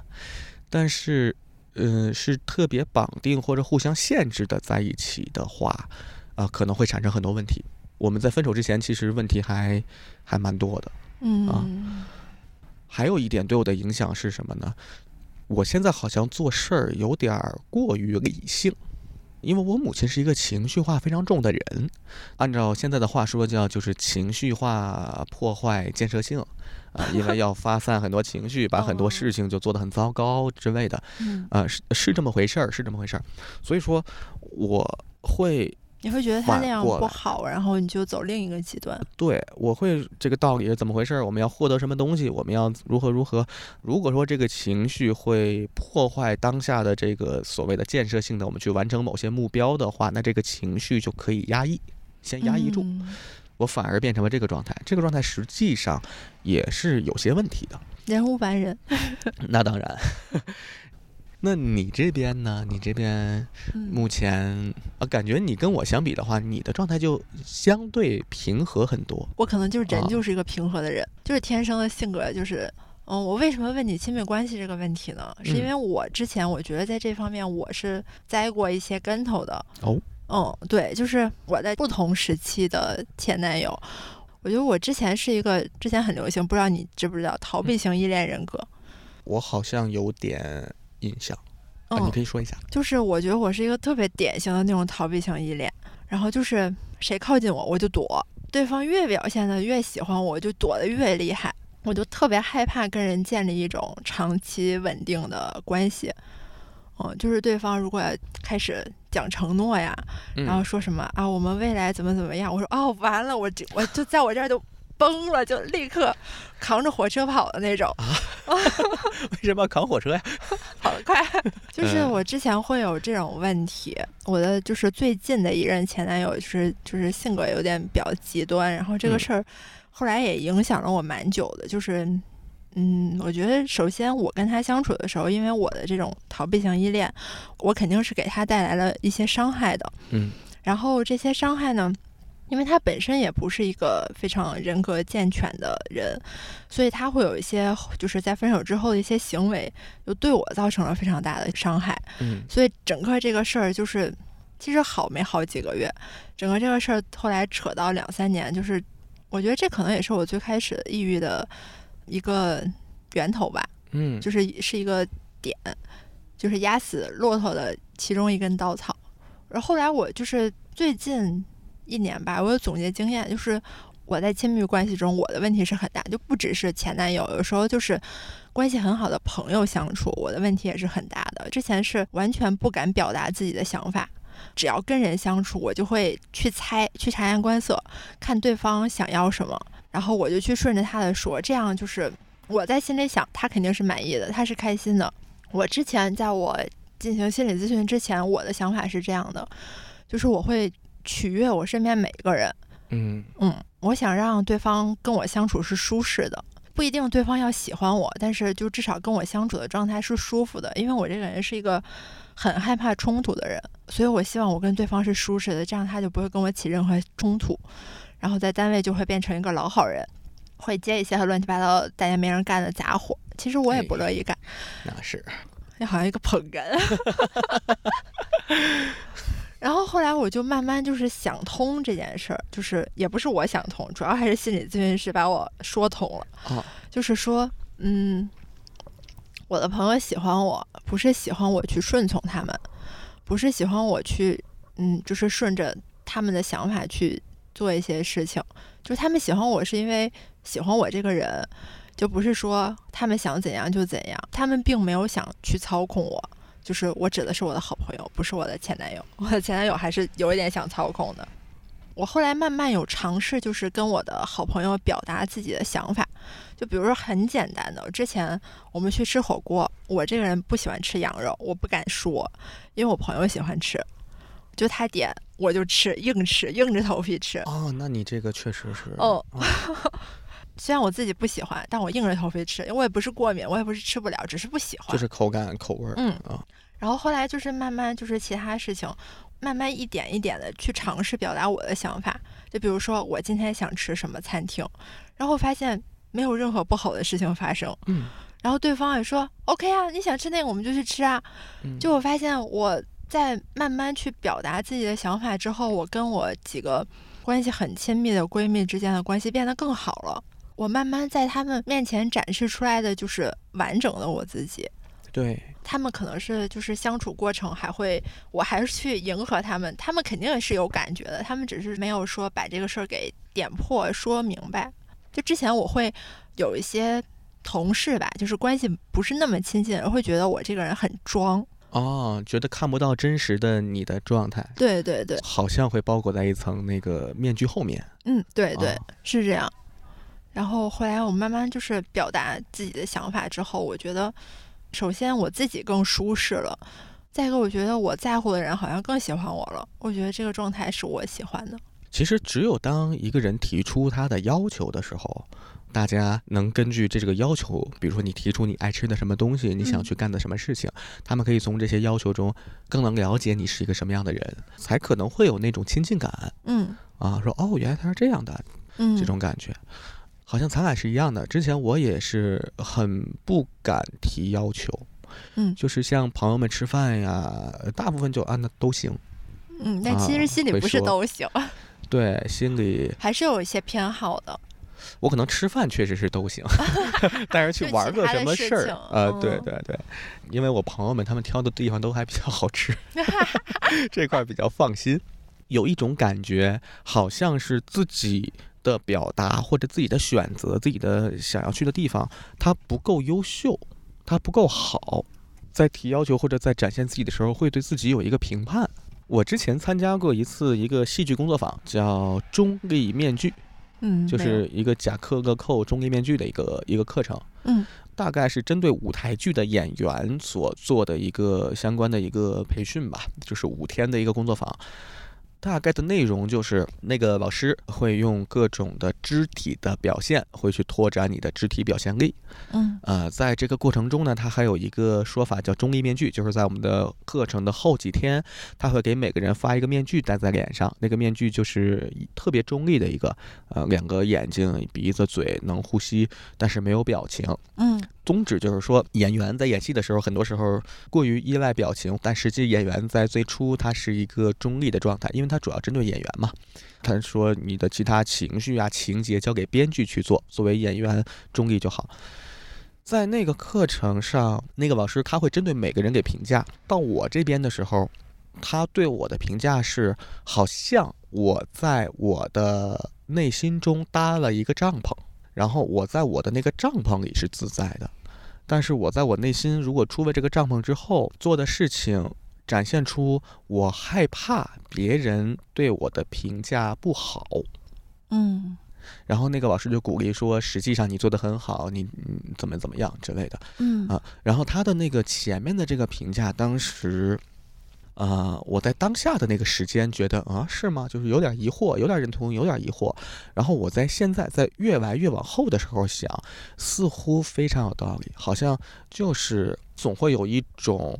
[SPEAKER 1] 但是，呃，是特别绑定或者互相限制的在一起的话，啊、可能会产生很多问题。我们在分手之前，其实问题还还蛮多的。
[SPEAKER 2] 嗯
[SPEAKER 1] 啊还有一点对我的影响是什么呢？我现在好像做事儿有点儿过于理性，因为我母亲是一个情绪化非常重的人，按照现在的话说叫就是情绪化破坏建设性，啊、因为要发散很多情绪，把很多事情就做得很糟糕之类的，
[SPEAKER 2] 嗯，
[SPEAKER 1] 啊、是是这么回事儿，是这么回事儿，所以说我会
[SPEAKER 2] 你会觉得他
[SPEAKER 1] 反
[SPEAKER 2] 那样
[SPEAKER 1] 过
[SPEAKER 2] 不
[SPEAKER 1] 来
[SPEAKER 2] 好，然后你就走另一个极端。
[SPEAKER 1] 对，我会这个道理是怎么回事儿？我们要获得什么东西？我们要如何如何？如果说这个情绪会破坏当下的这个所谓的建设性的，我们去完成某些目标的话，那这个情绪就可以压抑，先压抑住。
[SPEAKER 2] 嗯
[SPEAKER 1] 我反而变成了这个状态，这个状态实际上也是有些问题的。
[SPEAKER 2] 人无完人。
[SPEAKER 1] 那当然。 <laughs> 那你这边呢？你这边
[SPEAKER 2] 嗯
[SPEAKER 1] 目前啊，感觉你跟我相比的话，你的状态就相对平和很多。
[SPEAKER 2] 我可能就是人
[SPEAKER 1] 啊
[SPEAKER 2] 就是一个平和的人，就是天生的性格就是。嗯，我为什么问你亲密关系这个问题呢？是因
[SPEAKER 1] 嗯
[SPEAKER 2] 为我之前我觉得在这方面我是栽过一些跟头的。
[SPEAKER 1] 哦，
[SPEAKER 2] 嗯，对，就是我在不同时期的前男友，我觉得我之前是一个之前很流行，不知道你知不知道逃避型依恋人格。
[SPEAKER 1] 我好像有点印象、
[SPEAKER 2] 嗯，
[SPEAKER 1] 啊，你可以说一下。
[SPEAKER 2] 就是我觉得我是一个特别典型的那种逃避型依恋，然后就是谁靠近我我就躲，对方越表现的越喜欢我，我就躲得越厉害，我就特别害怕跟人建立一种长期稳定的关系。嗯，就是对方如果开始讲承诺呀，然后说什么啊，我们未来怎么怎么样？我说哦，完了，我这我就在我这儿就崩了，就立刻扛着火车跑的那种。
[SPEAKER 1] <laughs> 为什么要扛火车呀？
[SPEAKER 2] <laughs> 跑得快。就是
[SPEAKER 1] 嗯
[SPEAKER 2] 我之前会有这种问题，我的就是最近的一任前男友就是就是性格有点比较极端，然后这个
[SPEAKER 1] 嗯
[SPEAKER 2] 事儿后来也影响了我蛮久的，就是。嗯，我觉得首先我跟他相处的时候，因为我的这种逃避型依恋，我肯定是给他带来了一些伤害的。
[SPEAKER 1] 嗯，
[SPEAKER 2] 然后这些伤害呢，因为他本身也不是一个非常人格健全的人，所以他会有一些就是在分手之后的一些行为，就对我造成了非常大的伤害。
[SPEAKER 1] 嗯
[SPEAKER 2] 所以整个这个事儿就是，其实好没好几个月，整个这个事儿后来扯到两三年，就是我觉得这可能也是我最开始抑郁的一个源头吧，
[SPEAKER 1] 嗯，
[SPEAKER 2] 就是是一个点，就是压死骆驼的其中一根稻草。而后来我就是最近一年吧，我有总结经验，就是我在亲密关系中我的问题是很大，就不只是前男友，有时候就是关系很好的朋友相处，我的问题也是很大的。之前是完全不敢表达自己的想法，只要跟人相处，我就会去猜、去察言观色，看对方想要什么，然后我就去顺着他的说，这样就是我在心里想，他肯定是满意的，他是开心的。我之前在我进行心理咨询之前，我的想法是这样的，就是我会取悦我身边每一个人，
[SPEAKER 1] 嗯
[SPEAKER 2] 嗯，我想让对方跟我相处是舒适的，不一定对方要喜欢我，但是就至少跟我相处的状态是舒服的，因为我这个人是一个很害怕冲突的人，所以我希望我跟对方是舒适的，这样他就不会跟我起任何冲突，然后在单位就会变成一个老好人，会接一些乱七八糟大家没人干的杂活，其实我也不乐意干，
[SPEAKER 1] 那是，
[SPEAKER 2] 那好像一个捧哏。 <laughs> 然后后来我就慢慢就是想通这件事儿，就是也不是我想通，主要还是心理咨询师把我说通了。
[SPEAKER 1] 哦
[SPEAKER 2] 就是说，嗯，我的朋友喜欢我，不是喜欢我去顺从他们，不是喜欢我去，嗯，就是顺着他们的想法去做一些事情。就是他们喜欢我是因为喜欢我这个人，就不是说他们想怎样就怎样，他们并没有想去操控我。就是我指的是我的好朋友，不是我的前男友。 <laughs> 我的前男友还是有一点想操控的。我后来慢慢有尝试，就是跟我的好朋友表达自己的想法，就比如说很简单的，之前我们去吃火锅，我这个人不喜欢吃羊肉，我不敢说，因为我朋友喜欢吃，就他点我就吃，硬吃，硬着头皮吃。
[SPEAKER 1] 哦，那你这个确实是，啊
[SPEAKER 2] 哦，虽然我自己不喜欢，但我硬着头皮吃，因为我也不是过敏，我也不是吃不了，只是不喜欢。
[SPEAKER 1] 就是口感口味儿，
[SPEAKER 2] 嗯
[SPEAKER 1] 啊，
[SPEAKER 2] 然后后来就是慢慢就是其他事情，慢慢一点一点的去尝试表达我的想法。就比如说我今天想吃什么餐厅，然后发现没有任何不好的事情发生，
[SPEAKER 1] 嗯
[SPEAKER 2] 然后对方也说 OK 啊，你想吃那个我们就去吃啊。
[SPEAKER 1] 嗯，
[SPEAKER 2] 就我发现我在慢慢去表达自己的想法之后，我跟我几个关系很亲密的闺蜜之间的关系变得更好了。我慢慢在她们面前展示出来的就是完整的我自己，
[SPEAKER 1] 对，
[SPEAKER 2] 他们可能是就是相处过程还会，我还是去迎合他们，他们肯定是有感觉的，他们只是没有说把这个事儿给点破说明白。就之前我会有一些同事吧，就是关系不是那么亲近，会觉得我这个人很装。
[SPEAKER 1] 哦，觉得看不到真实的你的状态，
[SPEAKER 2] 对对对，
[SPEAKER 1] 好像会包裹在一层那个面具后面，
[SPEAKER 2] 嗯，对对，
[SPEAKER 1] 哦
[SPEAKER 2] 是这样。然后后来我慢慢就是表达自己的想法之后，我觉得，首先我自己更舒适了，再一个我觉得我在乎的人好像更喜欢我了，我觉得这个状态是我喜欢的。
[SPEAKER 1] 其实，只有当一个人提出他的要求的时候，大家能根据这个要求，比如说你提出你爱吃的什么东西，你
[SPEAKER 2] 嗯
[SPEAKER 1] 想去干的什么事情，他们可以从这些要求中更能了解你是一个什么样的人，才可能会有那种亲近感
[SPEAKER 2] 嗯
[SPEAKER 1] 啊，说哦，原来他是这样的
[SPEAKER 2] 嗯，
[SPEAKER 1] 这种感觉。好像咱俩是一样的，之前我也是很不敢提要求，
[SPEAKER 2] 嗯
[SPEAKER 1] 就是像朋友们吃饭呀，大部分就啊那都行，
[SPEAKER 2] 嗯，但其
[SPEAKER 1] 啊
[SPEAKER 2] 实心里
[SPEAKER 1] 会
[SPEAKER 2] 不是
[SPEAKER 1] 说
[SPEAKER 2] 都行，
[SPEAKER 1] 对，心里
[SPEAKER 2] 还是有一些偏好的。
[SPEAKER 1] 我可能吃饭确实是都行， <laughs> 但是去
[SPEAKER 2] 就
[SPEAKER 1] 玩
[SPEAKER 2] 其
[SPEAKER 1] 个
[SPEAKER 2] 他
[SPEAKER 1] 什
[SPEAKER 2] 的
[SPEAKER 1] 么
[SPEAKER 2] 事
[SPEAKER 1] 事儿
[SPEAKER 2] 情，
[SPEAKER 1] 呃，对
[SPEAKER 2] 嗯
[SPEAKER 1] 对对，因为我朋友们他们挑的地方都还比较好吃， <laughs> 这块儿比较放心。有一种感觉，好像是自己的表达或者自己的选择、自己的想要去的地方，它不够优秀，它不够好，在提要求或者在展现自己的时候，会对自己有一个评判。我之前参加过一次一个戏剧工作坊，叫《中立面具》。
[SPEAKER 2] 嗯，
[SPEAKER 1] 就
[SPEAKER 2] 没有
[SPEAKER 1] 是一个贾克勒寇中立面具的一个一个课程，
[SPEAKER 2] 嗯，
[SPEAKER 1] 大概是针对舞台剧的演员所做的一个相关的一个培训吧，就是五天的一个工作坊。大概的内容就是，那个老师会用各种的肢体的表现，会去拓展你的肢体表现力。
[SPEAKER 2] 嗯
[SPEAKER 1] 呃，在这个过程中呢，它还有一个说法叫中立面具，就是在我们的课程的后几天，他会给每个人发一个面具戴在脸上，那个面具就是一特别中立的一个，呃，两个眼睛、鼻子、嘴能呼吸，但是没有表情。
[SPEAKER 2] 嗯
[SPEAKER 1] 宗旨就是说，演员在演戏的时候，很多时候过于依赖表情，但实际演员在最初他是一个中立的状态，因为它主要针对演员嘛。他说你的其他情绪啊、情节交给编剧去做，作为演员中立就好。在那个课程上，那个老师他会针对每个人给评价。到我这边的时候，他对我的评价是，好像我在我的内心中搭了一个帐篷，然后我在我的那个帐篷里是自在的，但是我在我内心如果出了这个帐篷之后做的事情，展现出我害怕别人对我的评价不好。
[SPEAKER 2] 嗯
[SPEAKER 1] 然后那个老师就鼓励说，实际上你做的很好，你你怎么怎么样之类的。
[SPEAKER 2] 嗯
[SPEAKER 1] 啊然后他的那个前面的这个评价，当时，啊，我在当下的那个时间觉得啊，是吗？就是有点疑惑，有点认同，有点疑惑。然后我在现在在越来越往后的时候想，似乎非常有道理，好像就是总会有一种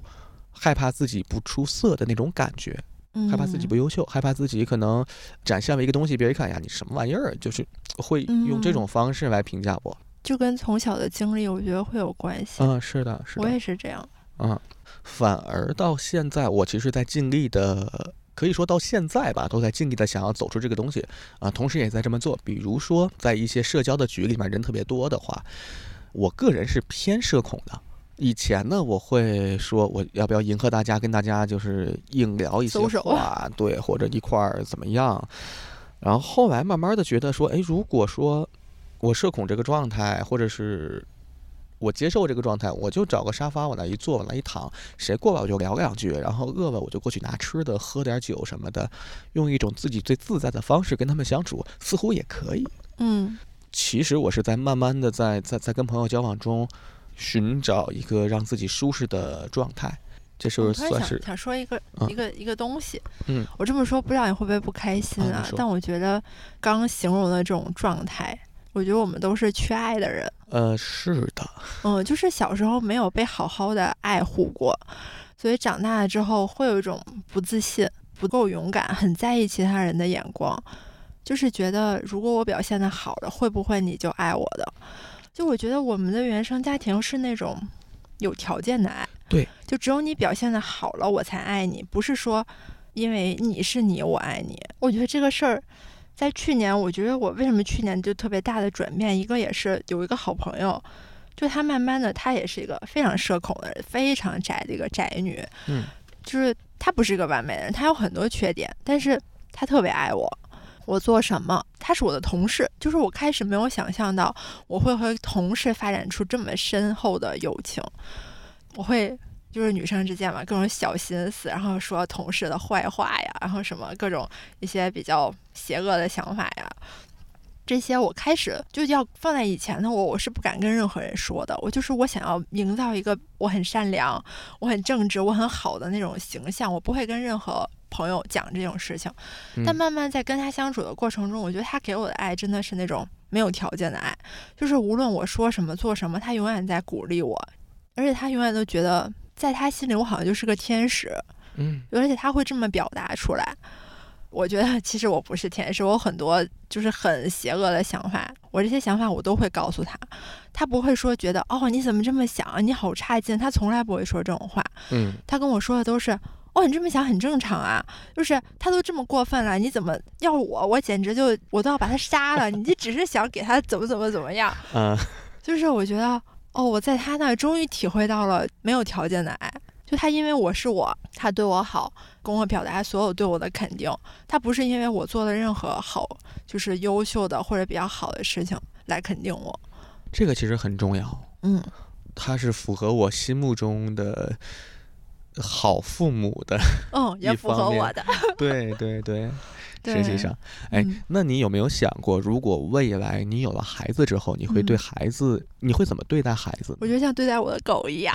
[SPEAKER 1] 害怕自己不出色的那种感觉。
[SPEAKER 2] 嗯
[SPEAKER 1] 害怕自己不优秀，害怕自己可能展现了一个东西，别人一看呀，你什么玩意儿，就是会用这种方式来评价我。
[SPEAKER 2] 就跟从小的经历，我觉得会有关系。
[SPEAKER 1] 嗯，是的，是
[SPEAKER 2] 我
[SPEAKER 1] 的，
[SPEAKER 2] 也是这样。
[SPEAKER 1] 嗯，反而到现在，我其实在尽力的，可以说到现在吧，都在尽力的想要走出这个东西啊，同时也在这么做。比如说，在一些社交的局里面，人特别多的话，我个人是偏社恐的。以前呢，我会说我要不要迎合大家，跟大家就是硬聊一些
[SPEAKER 2] 搜手
[SPEAKER 1] 话，对，或者一块儿怎么样。然后后来慢慢的觉得说，哎，如果说我社恐这个状态，或者是我接受这个状态，我就找个沙发往那一坐，往那一躺，谁过来我就聊两句，然后饿了我就过去拿吃的，喝点酒什么的，用一种自己最自在的方式跟他们相处，似乎也可以。
[SPEAKER 2] 嗯
[SPEAKER 1] 其实我是在慢慢的在在在跟朋友交往中寻找一个让自己舒适的状态，这
[SPEAKER 2] 我
[SPEAKER 1] 是
[SPEAKER 2] 突然
[SPEAKER 1] 算
[SPEAKER 2] 想
[SPEAKER 1] 是
[SPEAKER 2] 想说一个、
[SPEAKER 1] 嗯
[SPEAKER 2] 一个一个东西，
[SPEAKER 1] 嗯，
[SPEAKER 2] 我这么说不知道你会不会不开心
[SPEAKER 1] 啊
[SPEAKER 2] 啊？
[SPEAKER 1] 你说
[SPEAKER 2] 但我觉得刚形容的这种状态，我觉得我们都是缺爱的人，
[SPEAKER 1] 呃是的，
[SPEAKER 2] 嗯，就是小时候没有被好好的爱护过，所以长大了之后会有一种不自信、不够勇敢，很在意其他人的眼光，就是觉得如果我表现的好了，会不会你就爱我的？就我觉得我们的原生家庭是那种有条件的爱，
[SPEAKER 1] 对，
[SPEAKER 2] 就只有你表现的好了，我才爱你，不是说因为你是你，我爱你。我觉得这个事儿。在去年，我觉得我为什么去年就特别大的转变，一个也是有一个好朋友，就她慢慢的，她也是一个非常社恐的人，非常宅的一个宅女。
[SPEAKER 1] 嗯，
[SPEAKER 2] 就是她不是一个完美的人，她有很多缺点，但是她特别爱我。我做什么，她是我的同事，就是我开始没有想象到我会和同事发展出这么深厚的友情。我会就是女生之间嘛，各种小心思，然后说同事的坏话呀，然后什么各种一些比较邪恶的想法呀，这些我开始就要放在以前的我，我是不敢跟任何人说的。我就是我想要营造一个我很善良、我很正直、我很好的那种形象，我不会跟任何朋友讲这种事情。
[SPEAKER 1] 嗯
[SPEAKER 2] 但慢慢在跟他相处的过程中，我觉得他给我的爱真的是那种没有条件的爱，就是无论我说什么、做什么，他永远在鼓励我，而且他永远都觉得在他心里我好像就是个天使。
[SPEAKER 1] 嗯
[SPEAKER 2] 而且他会这么表达出来。我觉得其实我不是天使，我有很多就是很邪恶的想法，我这些想法我都会告诉他，他不会说觉得哦你怎么这么想，你好差劲，他从来不会说这种话，
[SPEAKER 1] 嗯
[SPEAKER 2] 他跟我说的都是哦你这么想很正常啊，就是他都这么过分了，你怎么要我，我简直就我都要把他杀了，你这只是想给他怎么怎么怎么样，
[SPEAKER 1] 啊
[SPEAKER 2] 就是我觉得，哦，我在他那儿终于体会到了没有条件的爱。就他因为我是我，他对我好，跟我表达所有对我的肯定，他不是因为我做了任何好，就是优秀的或者比较好的事情来肯定我。
[SPEAKER 1] 这个其实很重要，
[SPEAKER 2] 嗯，
[SPEAKER 1] 它是符合我心目中的好父母的，
[SPEAKER 2] 嗯，也
[SPEAKER 1] 一
[SPEAKER 2] 符合
[SPEAKER 1] 方面 <laughs>
[SPEAKER 2] 我的。
[SPEAKER 1] 对对 <laughs> 对，
[SPEAKER 2] 对
[SPEAKER 1] 实际上，哎
[SPEAKER 2] 嗯，
[SPEAKER 1] 那你有没有想过，如果未来你有了孩子之后，你会对
[SPEAKER 2] 嗯
[SPEAKER 1] 孩子，你会怎么对待孩子呢？
[SPEAKER 2] 我觉得像对待我的狗一样，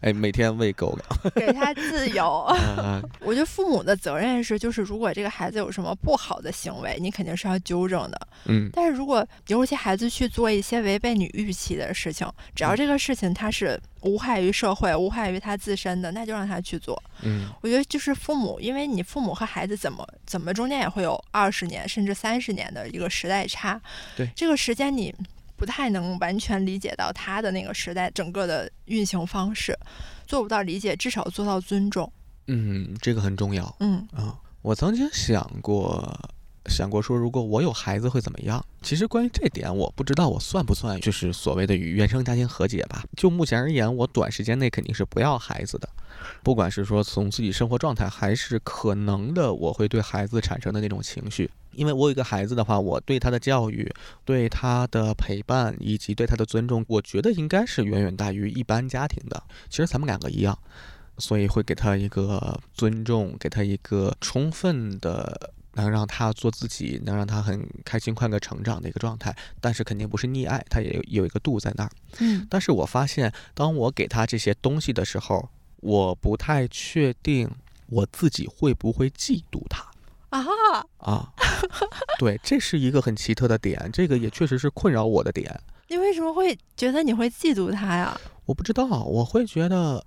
[SPEAKER 1] 哎，每天喂
[SPEAKER 2] <laughs>
[SPEAKER 1] 狗粮
[SPEAKER 2] 给他自由。 <laughs>
[SPEAKER 1] 啊，
[SPEAKER 2] 我觉得父母的责任是，就是如果这个孩子有什么不好的行为，你肯定是要纠正的。
[SPEAKER 1] 嗯
[SPEAKER 2] 但是如果尤其孩子去做一些违背你预期的事情，只要这个事情他是无害于社会、无害于他自身的，那就让他去做。
[SPEAKER 1] 嗯
[SPEAKER 2] 我觉得就是父母，因为你父母和孩子怎么怎么中间也会有二十年甚至三十年的一个时代差，
[SPEAKER 1] 对
[SPEAKER 2] 这个时间你不太能完全理解到他的那个时代整个的运行方式，做不到理解，至少做到尊重。
[SPEAKER 1] 嗯，这个很重要
[SPEAKER 2] 嗯
[SPEAKER 1] 啊。我曾经想过，想过说，如果我有孩子会怎么样？其实关于这点，我不知道我算不算就是所谓的与原生家庭和解吧。就目前而言，我短时间内肯定是不要孩子的，不管是说从自己生活状态，还是可能的我会对孩子产生的那种情绪。因为我有一个孩子的话，我对他的教育、对他的陪伴以及对他的尊重，我觉得应该是远远大于一般家庭的。其实咱们两个一样。所以会给他一个尊重，给他一个充分的能让他做自己，能让他很开心快乐成长的一个状态。但是肯定不是溺爱，他也有有一个度在那儿。
[SPEAKER 2] 嗯，
[SPEAKER 1] 但是我发现，当我给他这些东西的时候，我不太确定我自己会不会嫉妒他。
[SPEAKER 5] 啊，
[SPEAKER 1] 啊， <laughs> 对，这是一个很奇特的点，这个也确实是困扰我的点。
[SPEAKER 5] 你为什么会觉得你会嫉妒他呀？
[SPEAKER 1] 我不知道，我会觉得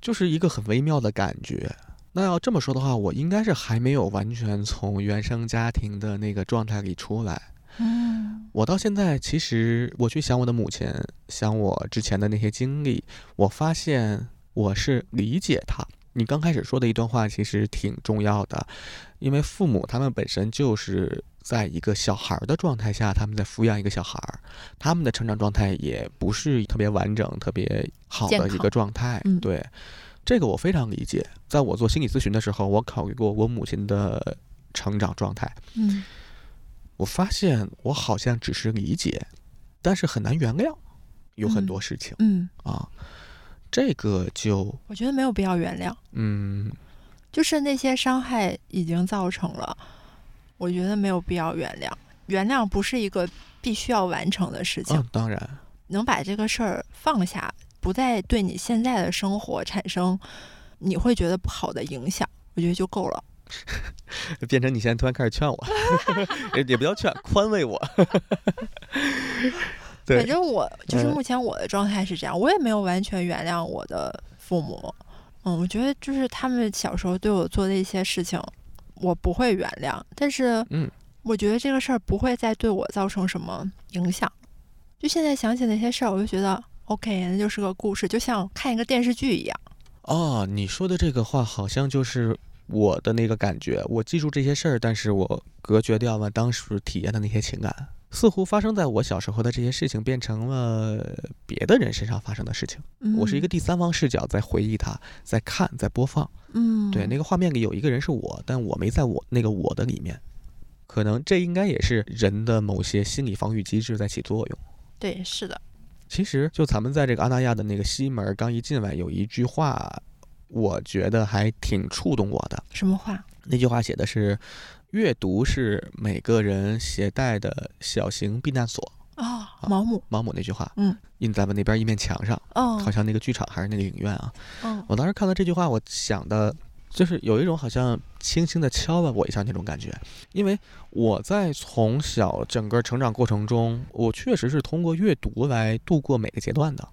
[SPEAKER 1] 就是一个很微妙的感觉。那要这么说的话，我应该是还没有完全从原生家庭的那个状态里出来。
[SPEAKER 2] 嗯
[SPEAKER 1] 我到现在，其实我去想我的母亲，想我之前的那些经历，我发现我是理解她。你刚开始说的一段话其实挺重要的，因为父母他们本身就是在一个小孩儿的状态下，他们在抚养一个小孩儿，他们的成长状态也不是特别完整、特别好
[SPEAKER 2] 健
[SPEAKER 1] 的一
[SPEAKER 2] 康
[SPEAKER 1] 个状态。
[SPEAKER 2] 嗯
[SPEAKER 1] 对，这个我非常理解。在我做心理咨询的时候，我考虑过我母亲的成长状态，
[SPEAKER 2] 嗯
[SPEAKER 1] 我发现我好像只是理解，但是很难原谅，有很多事情、
[SPEAKER 2] 嗯，
[SPEAKER 1] 啊。这个就
[SPEAKER 2] 我觉得没有必要原谅，
[SPEAKER 1] 嗯，
[SPEAKER 2] 就是那些伤害已经造成了，我觉得没有必要原谅。原谅不是一个必须要完成的事情，
[SPEAKER 1] 嗯当然，
[SPEAKER 2] 能把这个事儿放下，不再对你现在的生活产生你会觉得不好的影响，我觉得就够了。
[SPEAKER 1] 变成你现在突然开始 <laughs> 劝我，也也不叫劝，宽慰我。
[SPEAKER 2] 反
[SPEAKER 1] 对，
[SPEAKER 2] 正我就是
[SPEAKER 1] 嗯
[SPEAKER 2] 目前我的状态是这样，我也没有完全原谅我的父母。嗯，我觉得就是他们小时候对我做的一些事情，我不会原谅，但是
[SPEAKER 1] 嗯，
[SPEAKER 2] 我觉得这个事儿不会再对我造成什么影响。就现在想起那些事儿，我就觉得 OK，那就是个故事，就像看一个电视剧一样。
[SPEAKER 1] <laughs> 哦，你说的这个话好像就是我的那个感觉。我记住这些事儿，但是我隔绝掉了当时体验的那些情感，似乎发生在我小时候的这些事情变成了别的人身上发生的事情。
[SPEAKER 2] 嗯
[SPEAKER 1] 我是一个第三方视角在回忆它，在看，在播放。
[SPEAKER 2] 嗯，嗯
[SPEAKER 1] 对，那个画面里有一个人是我，但我没在我那个我的里面。可能这应该也是人的某些心理防御机制在起作用。
[SPEAKER 2] 对是的，
[SPEAKER 1] 其实，就咱们在这个阿那亚的那个西门刚一进来，有一句话，我觉得还挺触动我的。
[SPEAKER 2] 什么话？
[SPEAKER 1] 那句话写的是：“阅读是每个人携带的小型避难所。
[SPEAKER 2] 哦，
[SPEAKER 1] 啊
[SPEAKER 2] 毛姆”，
[SPEAKER 1] 毛姆那句话，
[SPEAKER 2] 嗯，
[SPEAKER 1] 印在我们那边一面墙上，
[SPEAKER 2] 哦，
[SPEAKER 1] 好像那个剧场还是那个影院啊。
[SPEAKER 2] 嗯，
[SPEAKER 1] 我当时看到这句话，我想的就是有一种好像轻轻的敲了我一下那种感觉，因为我在从小整个成长过程中，我确实是通过阅读来度过每个阶段的。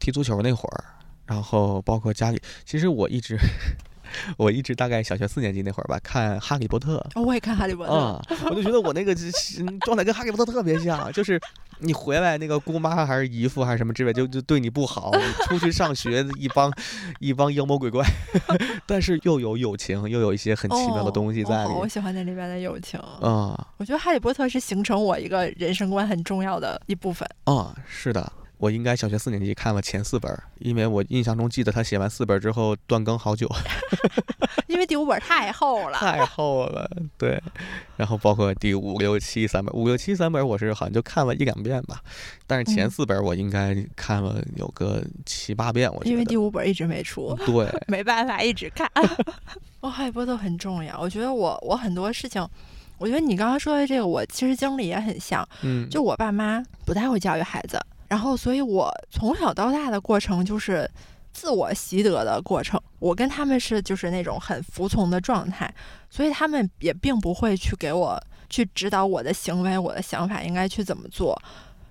[SPEAKER 1] 踢足球那会儿，然后包括家里，其实我一直， <laughs> 我一直大概小学四年级那会儿吧，看《哈利波特》，
[SPEAKER 2] 哦我也看《哈利波特》 <laughs>
[SPEAKER 1] 啊、我就觉得我那个就是状态跟哈利波特特别像，就是你回来那个姑妈还是姨父还是什么之类，就就对你不好，
[SPEAKER 2] <laughs>
[SPEAKER 1] 你出去上学一帮一帮妖魔鬼怪， <laughs> 但是又有友情，又有一些很奇妙的东西
[SPEAKER 2] 哦
[SPEAKER 1] 在里
[SPEAKER 2] 哦我
[SPEAKER 1] 面
[SPEAKER 2] 喜欢那里面的友情。
[SPEAKER 1] 啊啊、
[SPEAKER 2] 我觉得《哈利波特》是形成我一个人生观很重要的一部分。
[SPEAKER 1] 啊是的。我应该小学四年级看了前四本儿，因为我印象中记得他写完四本儿之后断更好久，
[SPEAKER 2] 因为第五本太厚 <laughs> 了。
[SPEAKER 1] 太厚了。对，然后包括第五六七三本，五六七三本我是好像就看了一两遍吧，但是前
[SPEAKER 2] 嗯
[SPEAKER 1] 四本我应该看了有个七八遍， <laughs> 我觉
[SPEAKER 2] 因为
[SPEAKER 1] 得。嗯
[SPEAKER 2] 第五本一直没出，
[SPEAKER 1] 对，
[SPEAKER 2] 没办法一直
[SPEAKER 1] <laughs>
[SPEAKER 2] 看。哦，哈利波特很重要。我觉得我我很多事情，我觉得你刚刚说的这个，我其实经历也很像。
[SPEAKER 1] 嗯，
[SPEAKER 2] <laughs> 就我爸妈不太会教育孩子，然后所以我从小到大的过程就是自我习得的过程。我跟他们是就是那种很服从的状态，所以他们也并不会去给我去指导我的行为，我的想法应该去怎么做，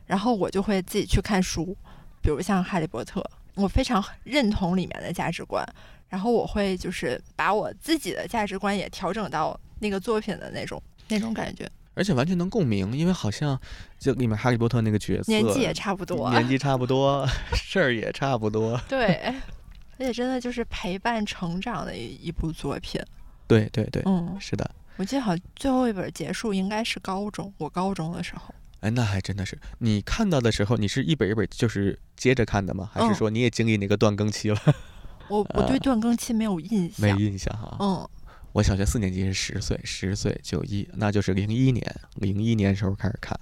[SPEAKER 2] 然后我就会自己去看书，比如像《哈利波特》，我非常认同里面的价值观。然后我会就是把我自己的价值观也调整到那个作品的那种那种感觉，
[SPEAKER 1] 而且完全能共鸣，因为好像就里面哈利波特那个角色，
[SPEAKER 2] 年纪也差不多，
[SPEAKER 1] 年纪差不多， <laughs> 事儿也差不多。 <laughs>
[SPEAKER 2] 对，而且真的就是陪伴成长的一一部作品。
[SPEAKER 1] 对对对，
[SPEAKER 2] 嗯，
[SPEAKER 1] 是的。
[SPEAKER 2] 我记得好像最后一本结束应该是高中，我高中的时候。
[SPEAKER 1] 哎，那还真的是。你看到的时候，你是一本一本就是接着看的吗？还
[SPEAKER 2] 嗯
[SPEAKER 1] 是说你也经历那个断更期了？ <laughs>
[SPEAKER 2] 我我对断更期没有印
[SPEAKER 1] 呃没
[SPEAKER 2] 象。
[SPEAKER 1] 印象哈、
[SPEAKER 2] 嗯，
[SPEAKER 1] 我小学四年级是十岁，十岁九一，那就是零一年，零一年时候开始看。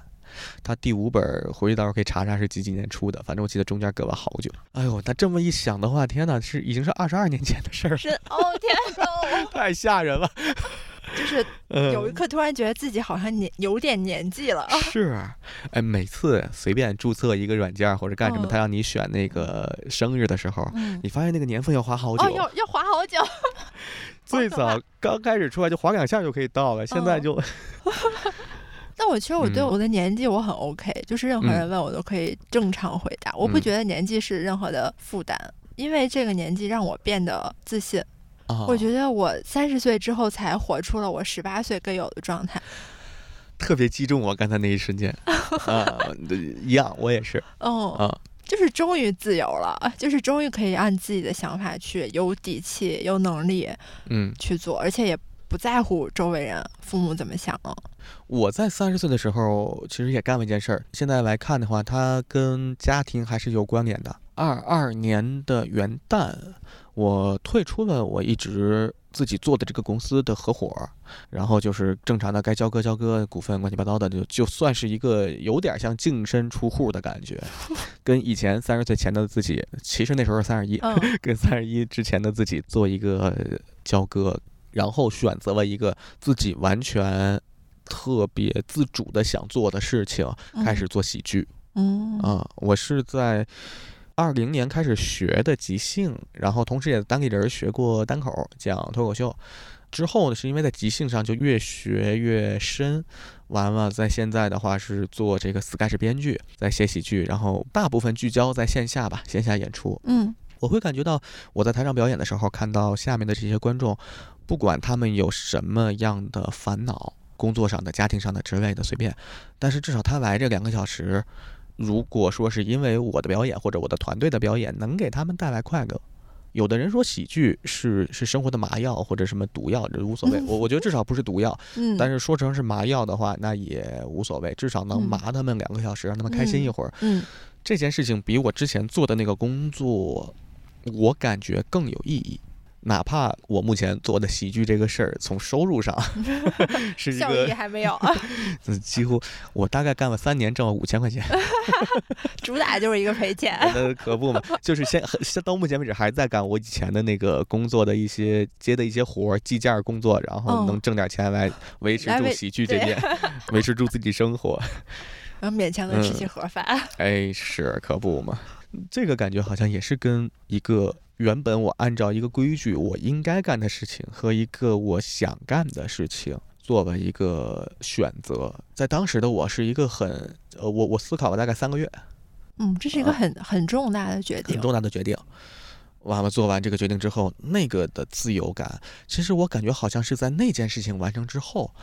[SPEAKER 1] 他第五本儿回去到时候可以查查是几几年出的，反正我记得中间隔了好久。哎呦，那这么一想的话，天哪，是已经是二十二年前的事儿了，
[SPEAKER 2] 是哦天呐，
[SPEAKER 1] 太吓人了。 <laughs>
[SPEAKER 2] 就是
[SPEAKER 1] 嗯、
[SPEAKER 2] 有一刻突然觉得自己好像年有点年纪了。
[SPEAKER 1] 是啊，哎，每次随便注册一个软件儿或者干什么，
[SPEAKER 2] 嗯
[SPEAKER 1] 他让你选那个生日的时候，
[SPEAKER 2] 嗯，
[SPEAKER 1] 你发现那个年份要花好久。
[SPEAKER 2] 哦，要要滑好久。
[SPEAKER 1] 最
[SPEAKER 2] 好可怕
[SPEAKER 1] 早刚开始出来就滑两下就可以到了，现在
[SPEAKER 2] 嗯
[SPEAKER 1] 就、
[SPEAKER 2] 但我其实我对
[SPEAKER 1] 嗯
[SPEAKER 2] 我的年纪我很 OK，、就是任何人问我都可以正常回答，我不
[SPEAKER 1] 嗯
[SPEAKER 2] 觉得年纪是任何的负担，因为这个年纪让我变得自信。
[SPEAKER 1] 啊，
[SPEAKER 2] 我觉得我三十岁之后才活出了我十八岁该有的状态。
[SPEAKER 1] 特别击中我刚才那一瞬间啊，一样，我也是
[SPEAKER 2] 嗯，
[SPEAKER 1] 啊，
[SPEAKER 2] 就是终于自由了，啊就是终于可以按自己的想法去，有底气、有能力
[SPEAKER 1] 嗯，
[SPEAKER 2] 去做，而且也不在乎周围人、父母怎么想了。
[SPEAKER 1] 我在三十岁的时候其实也干了一件事儿，现在来看的话，它跟家庭还是有关联的。二二年的元旦，我退出了我一直自己做的这个公司的合伙儿，然后就是正常的该交割交割股份，乱七八糟的，就就算是一个有点像净身出户的感觉，跟以前三十岁前的自己，其实那时候三十一，
[SPEAKER 2] 嗯
[SPEAKER 1] 跟三十一之前的自己做一个呃交割，然后选择了一个自己完全特别自主的想做的事情，<laughs>
[SPEAKER 2] 嗯
[SPEAKER 1] 开始做喜剧
[SPEAKER 2] 嗯
[SPEAKER 1] 啊、我是在二零年开始学的即兴，然后同时也单立人学过单口，讲脱口秀。之后呢，是因为在即兴上就越学越深，完了，在现在的话是做这个 sketch 编剧，在写喜剧，然后大部分聚焦在线下吧，线下演出。
[SPEAKER 2] 嗯
[SPEAKER 1] 我会感觉到我在台上表演的时候，看到下面的这些观众，不管他们有什么样的烦恼，工作上的、家庭上的之类的，随便，但是至少他来这两个小时，如果说是因为我的表演或者我的团队的表演能给他们带来快乐。有的人说喜剧是是生活的麻药或者什么毒药，这无所
[SPEAKER 2] <laughs>
[SPEAKER 1] 谓。我我觉得至少不是毒药，
[SPEAKER 2] 嗯，
[SPEAKER 1] 但是说成是麻药的话，那也无所谓，至少能
[SPEAKER 2] 嗯
[SPEAKER 1] 麻他们两个小时，让他们开心一会儿。
[SPEAKER 2] 嗯
[SPEAKER 1] 这件事情比我之前做的那个工作，我感觉更有意义。哪怕我目前做的喜剧这个事儿，从收入上 <laughs> 是一
[SPEAKER 2] 效益啊
[SPEAKER 1] 个嗯
[SPEAKER 2] 还没有， <laughs>
[SPEAKER 1] 几乎我大概干了三年，挣了五千块钱，
[SPEAKER 2] 主打就是一个赔
[SPEAKER 1] <laughs>
[SPEAKER 2] 钱。
[SPEAKER 1] 那可不嘛。就是现现到目前为止还在干我以前的那个工作的一些接的一些活儿，计件儿工作，然后
[SPEAKER 2] 嗯
[SPEAKER 1] 能挣点钱来维持
[SPEAKER 2] 来
[SPEAKER 1] 住
[SPEAKER 2] 维
[SPEAKER 1] 喜剧这
[SPEAKER 2] 对
[SPEAKER 1] 边， <laughs> 维持住自己生活。
[SPEAKER 2] 然后勉强能吃
[SPEAKER 1] 嗯
[SPEAKER 2] 起盒饭。
[SPEAKER 1] 哎，是可不嘛，这个感觉好像也是跟一个原本我按照一个规矩我应该干的事情和一个我想干的事情做了一个选择。在当时的我是一个很呃，我我思考了大概三个月，
[SPEAKER 2] 嗯，这是一个很很重大的决
[SPEAKER 1] 啊很
[SPEAKER 2] 定。
[SPEAKER 1] 重大的决定。完了，做完这个决定之后，那个的自由感，其实我感觉好像是在那件事情完成之后，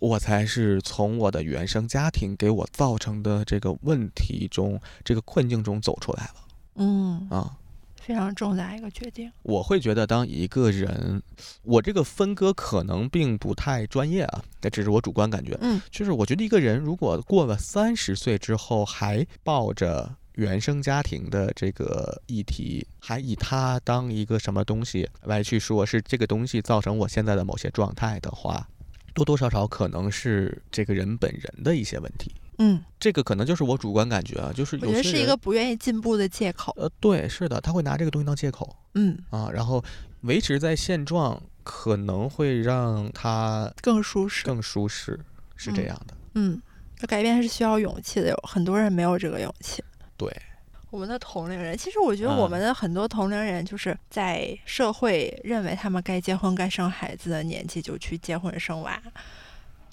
[SPEAKER 1] 我才是从我的原生家庭给我造成的这个问题中、这个困境中走出来了
[SPEAKER 2] 嗯，
[SPEAKER 1] 啊。
[SPEAKER 2] 非常重大一个决定。
[SPEAKER 1] 我会觉得，当一个人，我这个分割可能并不太专业啊，这只是我主观感觉。
[SPEAKER 2] 嗯，
[SPEAKER 1] 就是我觉得一个人如果过了三十岁之后还抱着原生家庭的这个议题，还以它当一个什么东西来去说，是这个东西造成我现在的某些状态的话，多多少少可能是这个人本人的一些问题。
[SPEAKER 2] 嗯，
[SPEAKER 1] 这个可能就是我主观感觉啊，就是
[SPEAKER 2] 我
[SPEAKER 1] 有
[SPEAKER 2] 觉
[SPEAKER 1] 些
[SPEAKER 2] 得
[SPEAKER 1] 人
[SPEAKER 2] 是一个不愿意进步的借口。
[SPEAKER 1] 呃，对，是的，他会拿这个东西当借口。
[SPEAKER 2] 嗯，
[SPEAKER 1] 啊，然后维持在现状可能会让他
[SPEAKER 2] 更舒适。
[SPEAKER 1] 更舒适，是这样的。
[SPEAKER 2] 嗯，就改变是需要勇气的，有很多人没有这个勇气。
[SPEAKER 1] 对，嗯
[SPEAKER 2] 我们的同龄人，其实我觉得我们的很多同龄人，就是在社会认为他们该结婚、该生孩子的年纪就去结婚生娃，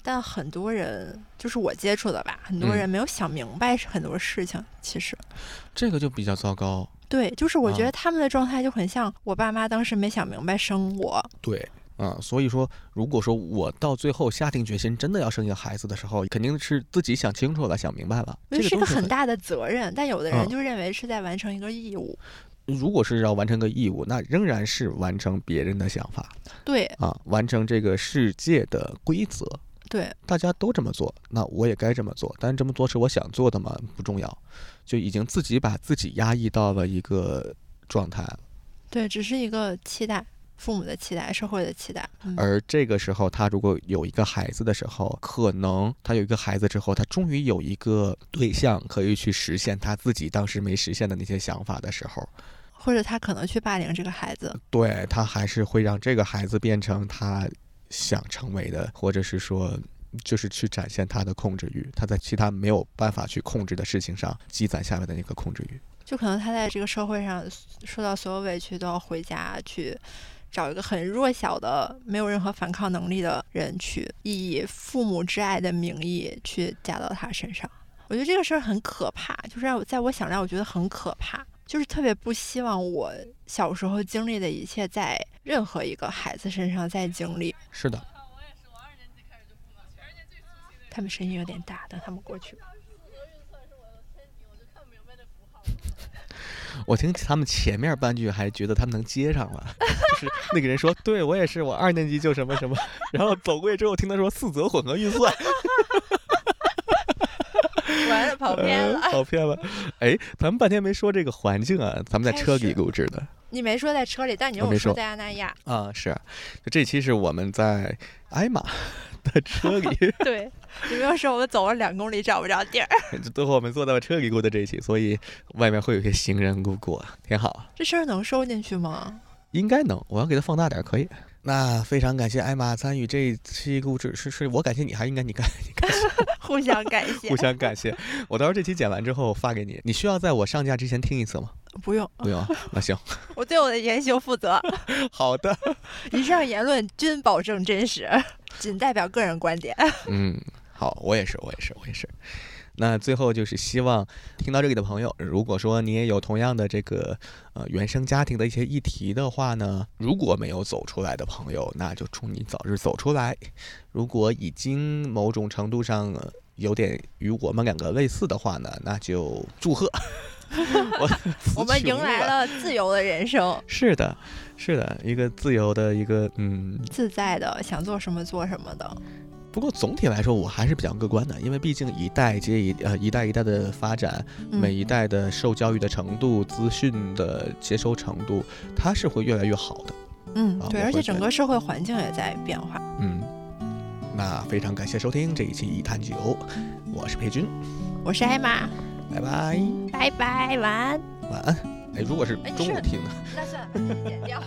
[SPEAKER 2] 但很多人，就是我接触的吧，很多
[SPEAKER 1] 嗯
[SPEAKER 2] 人没有想明白很多事情。其实，
[SPEAKER 1] 这个就比较糟糕。
[SPEAKER 2] 对，就是我觉
[SPEAKER 1] 啊
[SPEAKER 2] 得他们的状态就很像我爸妈当时没想明白生我。
[SPEAKER 1] 对。啊，所以说，如果说我到最后下定决心真的要生一个孩子的时候，肯定是自己想清楚了、想明白了，这
[SPEAKER 2] 因为是一
[SPEAKER 1] 东
[SPEAKER 2] 个
[SPEAKER 1] 西
[SPEAKER 2] 很
[SPEAKER 1] 很
[SPEAKER 2] 大的责任，但有的
[SPEAKER 1] 啊
[SPEAKER 2] 人就认为是在完成一个义务。
[SPEAKER 1] 如果是要完成个义务，那仍然是完成别人的想法
[SPEAKER 2] 对
[SPEAKER 1] 啊，完成这个世界的规则。
[SPEAKER 2] 对，
[SPEAKER 1] 大家都这么做，那我也该这么做。但是这么做是我想做的吗？不重要，就已经自己把自己压抑到了一个状态。
[SPEAKER 2] 对，只是一个期待，父母的期待，社会的期待。嗯
[SPEAKER 1] 而这个时候，他如果有一个孩子的时候，可能他有一个孩子之后，他终于有一个对象可以去实现他自己当时没实现的那些想法的时候，
[SPEAKER 2] 或者他可能去霸凌这个孩子，
[SPEAKER 1] 对他还是会让这个孩子变成他想成为的，或者是说。就是去展现他的控制欲，他在其他没有办法去控制的事情上积攒下来的那个控制欲。
[SPEAKER 2] 就可能他在这个社会上受到所有委屈，都要回家去找一个很弱小的、没有任何反抗能力的人去，以父母之爱的名义去加到他身上。我觉得这个事儿很可怕，就是让我在我想来，我觉得很可怕，就是特别不希望我小时候经历的一切在任何一个孩子身上再经历。
[SPEAKER 1] 是的，
[SPEAKER 2] 他们声音有点大，等他们过去吧。
[SPEAKER 1] 我听他们前面半句还觉得他们能接上了， <laughs> 就是那个人说：“对我也是，我二年级就什么 <laughs> 什么。”然后走过去之后，听他说四则混合运算，
[SPEAKER 2] 完了，跑偏了。
[SPEAKER 1] 呃跑偏了。哎，咱们半天没说这个环境啊，咱们在车里录制的
[SPEAKER 2] <laughs> 你没说在车里，但你
[SPEAKER 1] 我
[SPEAKER 2] 让
[SPEAKER 1] 没
[SPEAKER 2] 说
[SPEAKER 1] 说
[SPEAKER 2] 在阿那亚。
[SPEAKER 1] 啊，是啊，就这期是我们在艾玛的车里，
[SPEAKER 2] <laughs>
[SPEAKER 1] <laughs>
[SPEAKER 2] 对， <laughs> 你没有说我们走了两公里找不着地儿，
[SPEAKER 1] 就最后我们坐在车里录的这一期，所以外面会有一些行人路过，挺好。
[SPEAKER 2] 这事儿能收进去吗？
[SPEAKER 1] 应该能，我要给它放大点儿，可以。那非常感谢艾玛参与这一期录制，是是我感谢你，还应该你感你感谢，
[SPEAKER 2] <laughs> 互相感谢
[SPEAKER 1] 互，相感谢。我到时候这期剪完之后发给你，你需要在我上架之前听一次吗？
[SPEAKER 2] 不用，
[SPEAKER 1] 不用啊，那
[SPEAKER 2] <laughs>
[SPEAKER 1] 行，
[SPEAKER 2] 我对我的言行负 <laughs> 责，
[SPEAKER 1] 好的，
[SPEAKER 2] 以上言论均保证真实， <laughs> 哎仅代表个人观点。
[SPEAKER 1] 嗯，好，我也是，我也是，我也是。那最后就是希望听到这里的朋友，如果说你也有同样的这个呃原生家庭的一些议题的话呢，如果没有走出来的朋友，那就祝你早日走出来。如果已经某种程度上、呃有点与我们两个类似的话呢，那就祝贺。 <laughs>
[SPEAKER 2] <laughs>
[SPEAKER 1] 我
[SPEAKER 2] 我们迎来
[SPEAKER 1] 了，
[SPEAKER 2] 了自由的人生， <laughs>
[SPEAKER 1] 是的，是的，一个自由的一个嗯
[SPEAKER 2] 自在的，想做什么做什么的。
[SPEAKER 1] 不过总体来说，我还是比较乐观的，因为毕竟一代接一呃一代一代的发展，
[SPEAKER 2] 嗯
[SPEAKER 1] 每一代的受教育的程度、资讯的接收程度，它是会越来越好的。
[SPEAKER 2] 嗯
[SPEAKER 1] 啊，
[SPEAKER 2] 对，
[SPEAKER 1] 我
[SPEAKER 2] 而
[SPEAKER 1] 会
[SPEAKER 2] 且整
[SPEAKER 1] 觉
[SPEAKER 2] 个社会环境也在变化。
[SPEAKER 1] 嗯，那非常感谢收听这一期一坛酒，我是佩君，
[SPEAKER 2] 我是艾玛，
[SPEAKER 1] 拜拜，
[SPEAKER 2] 拜拜，晚安。
[SPEAKER 1] 晚安。哎，如果是中午听的。 <laughs>
[SPEAKER 2] 那算了，把这剪掉。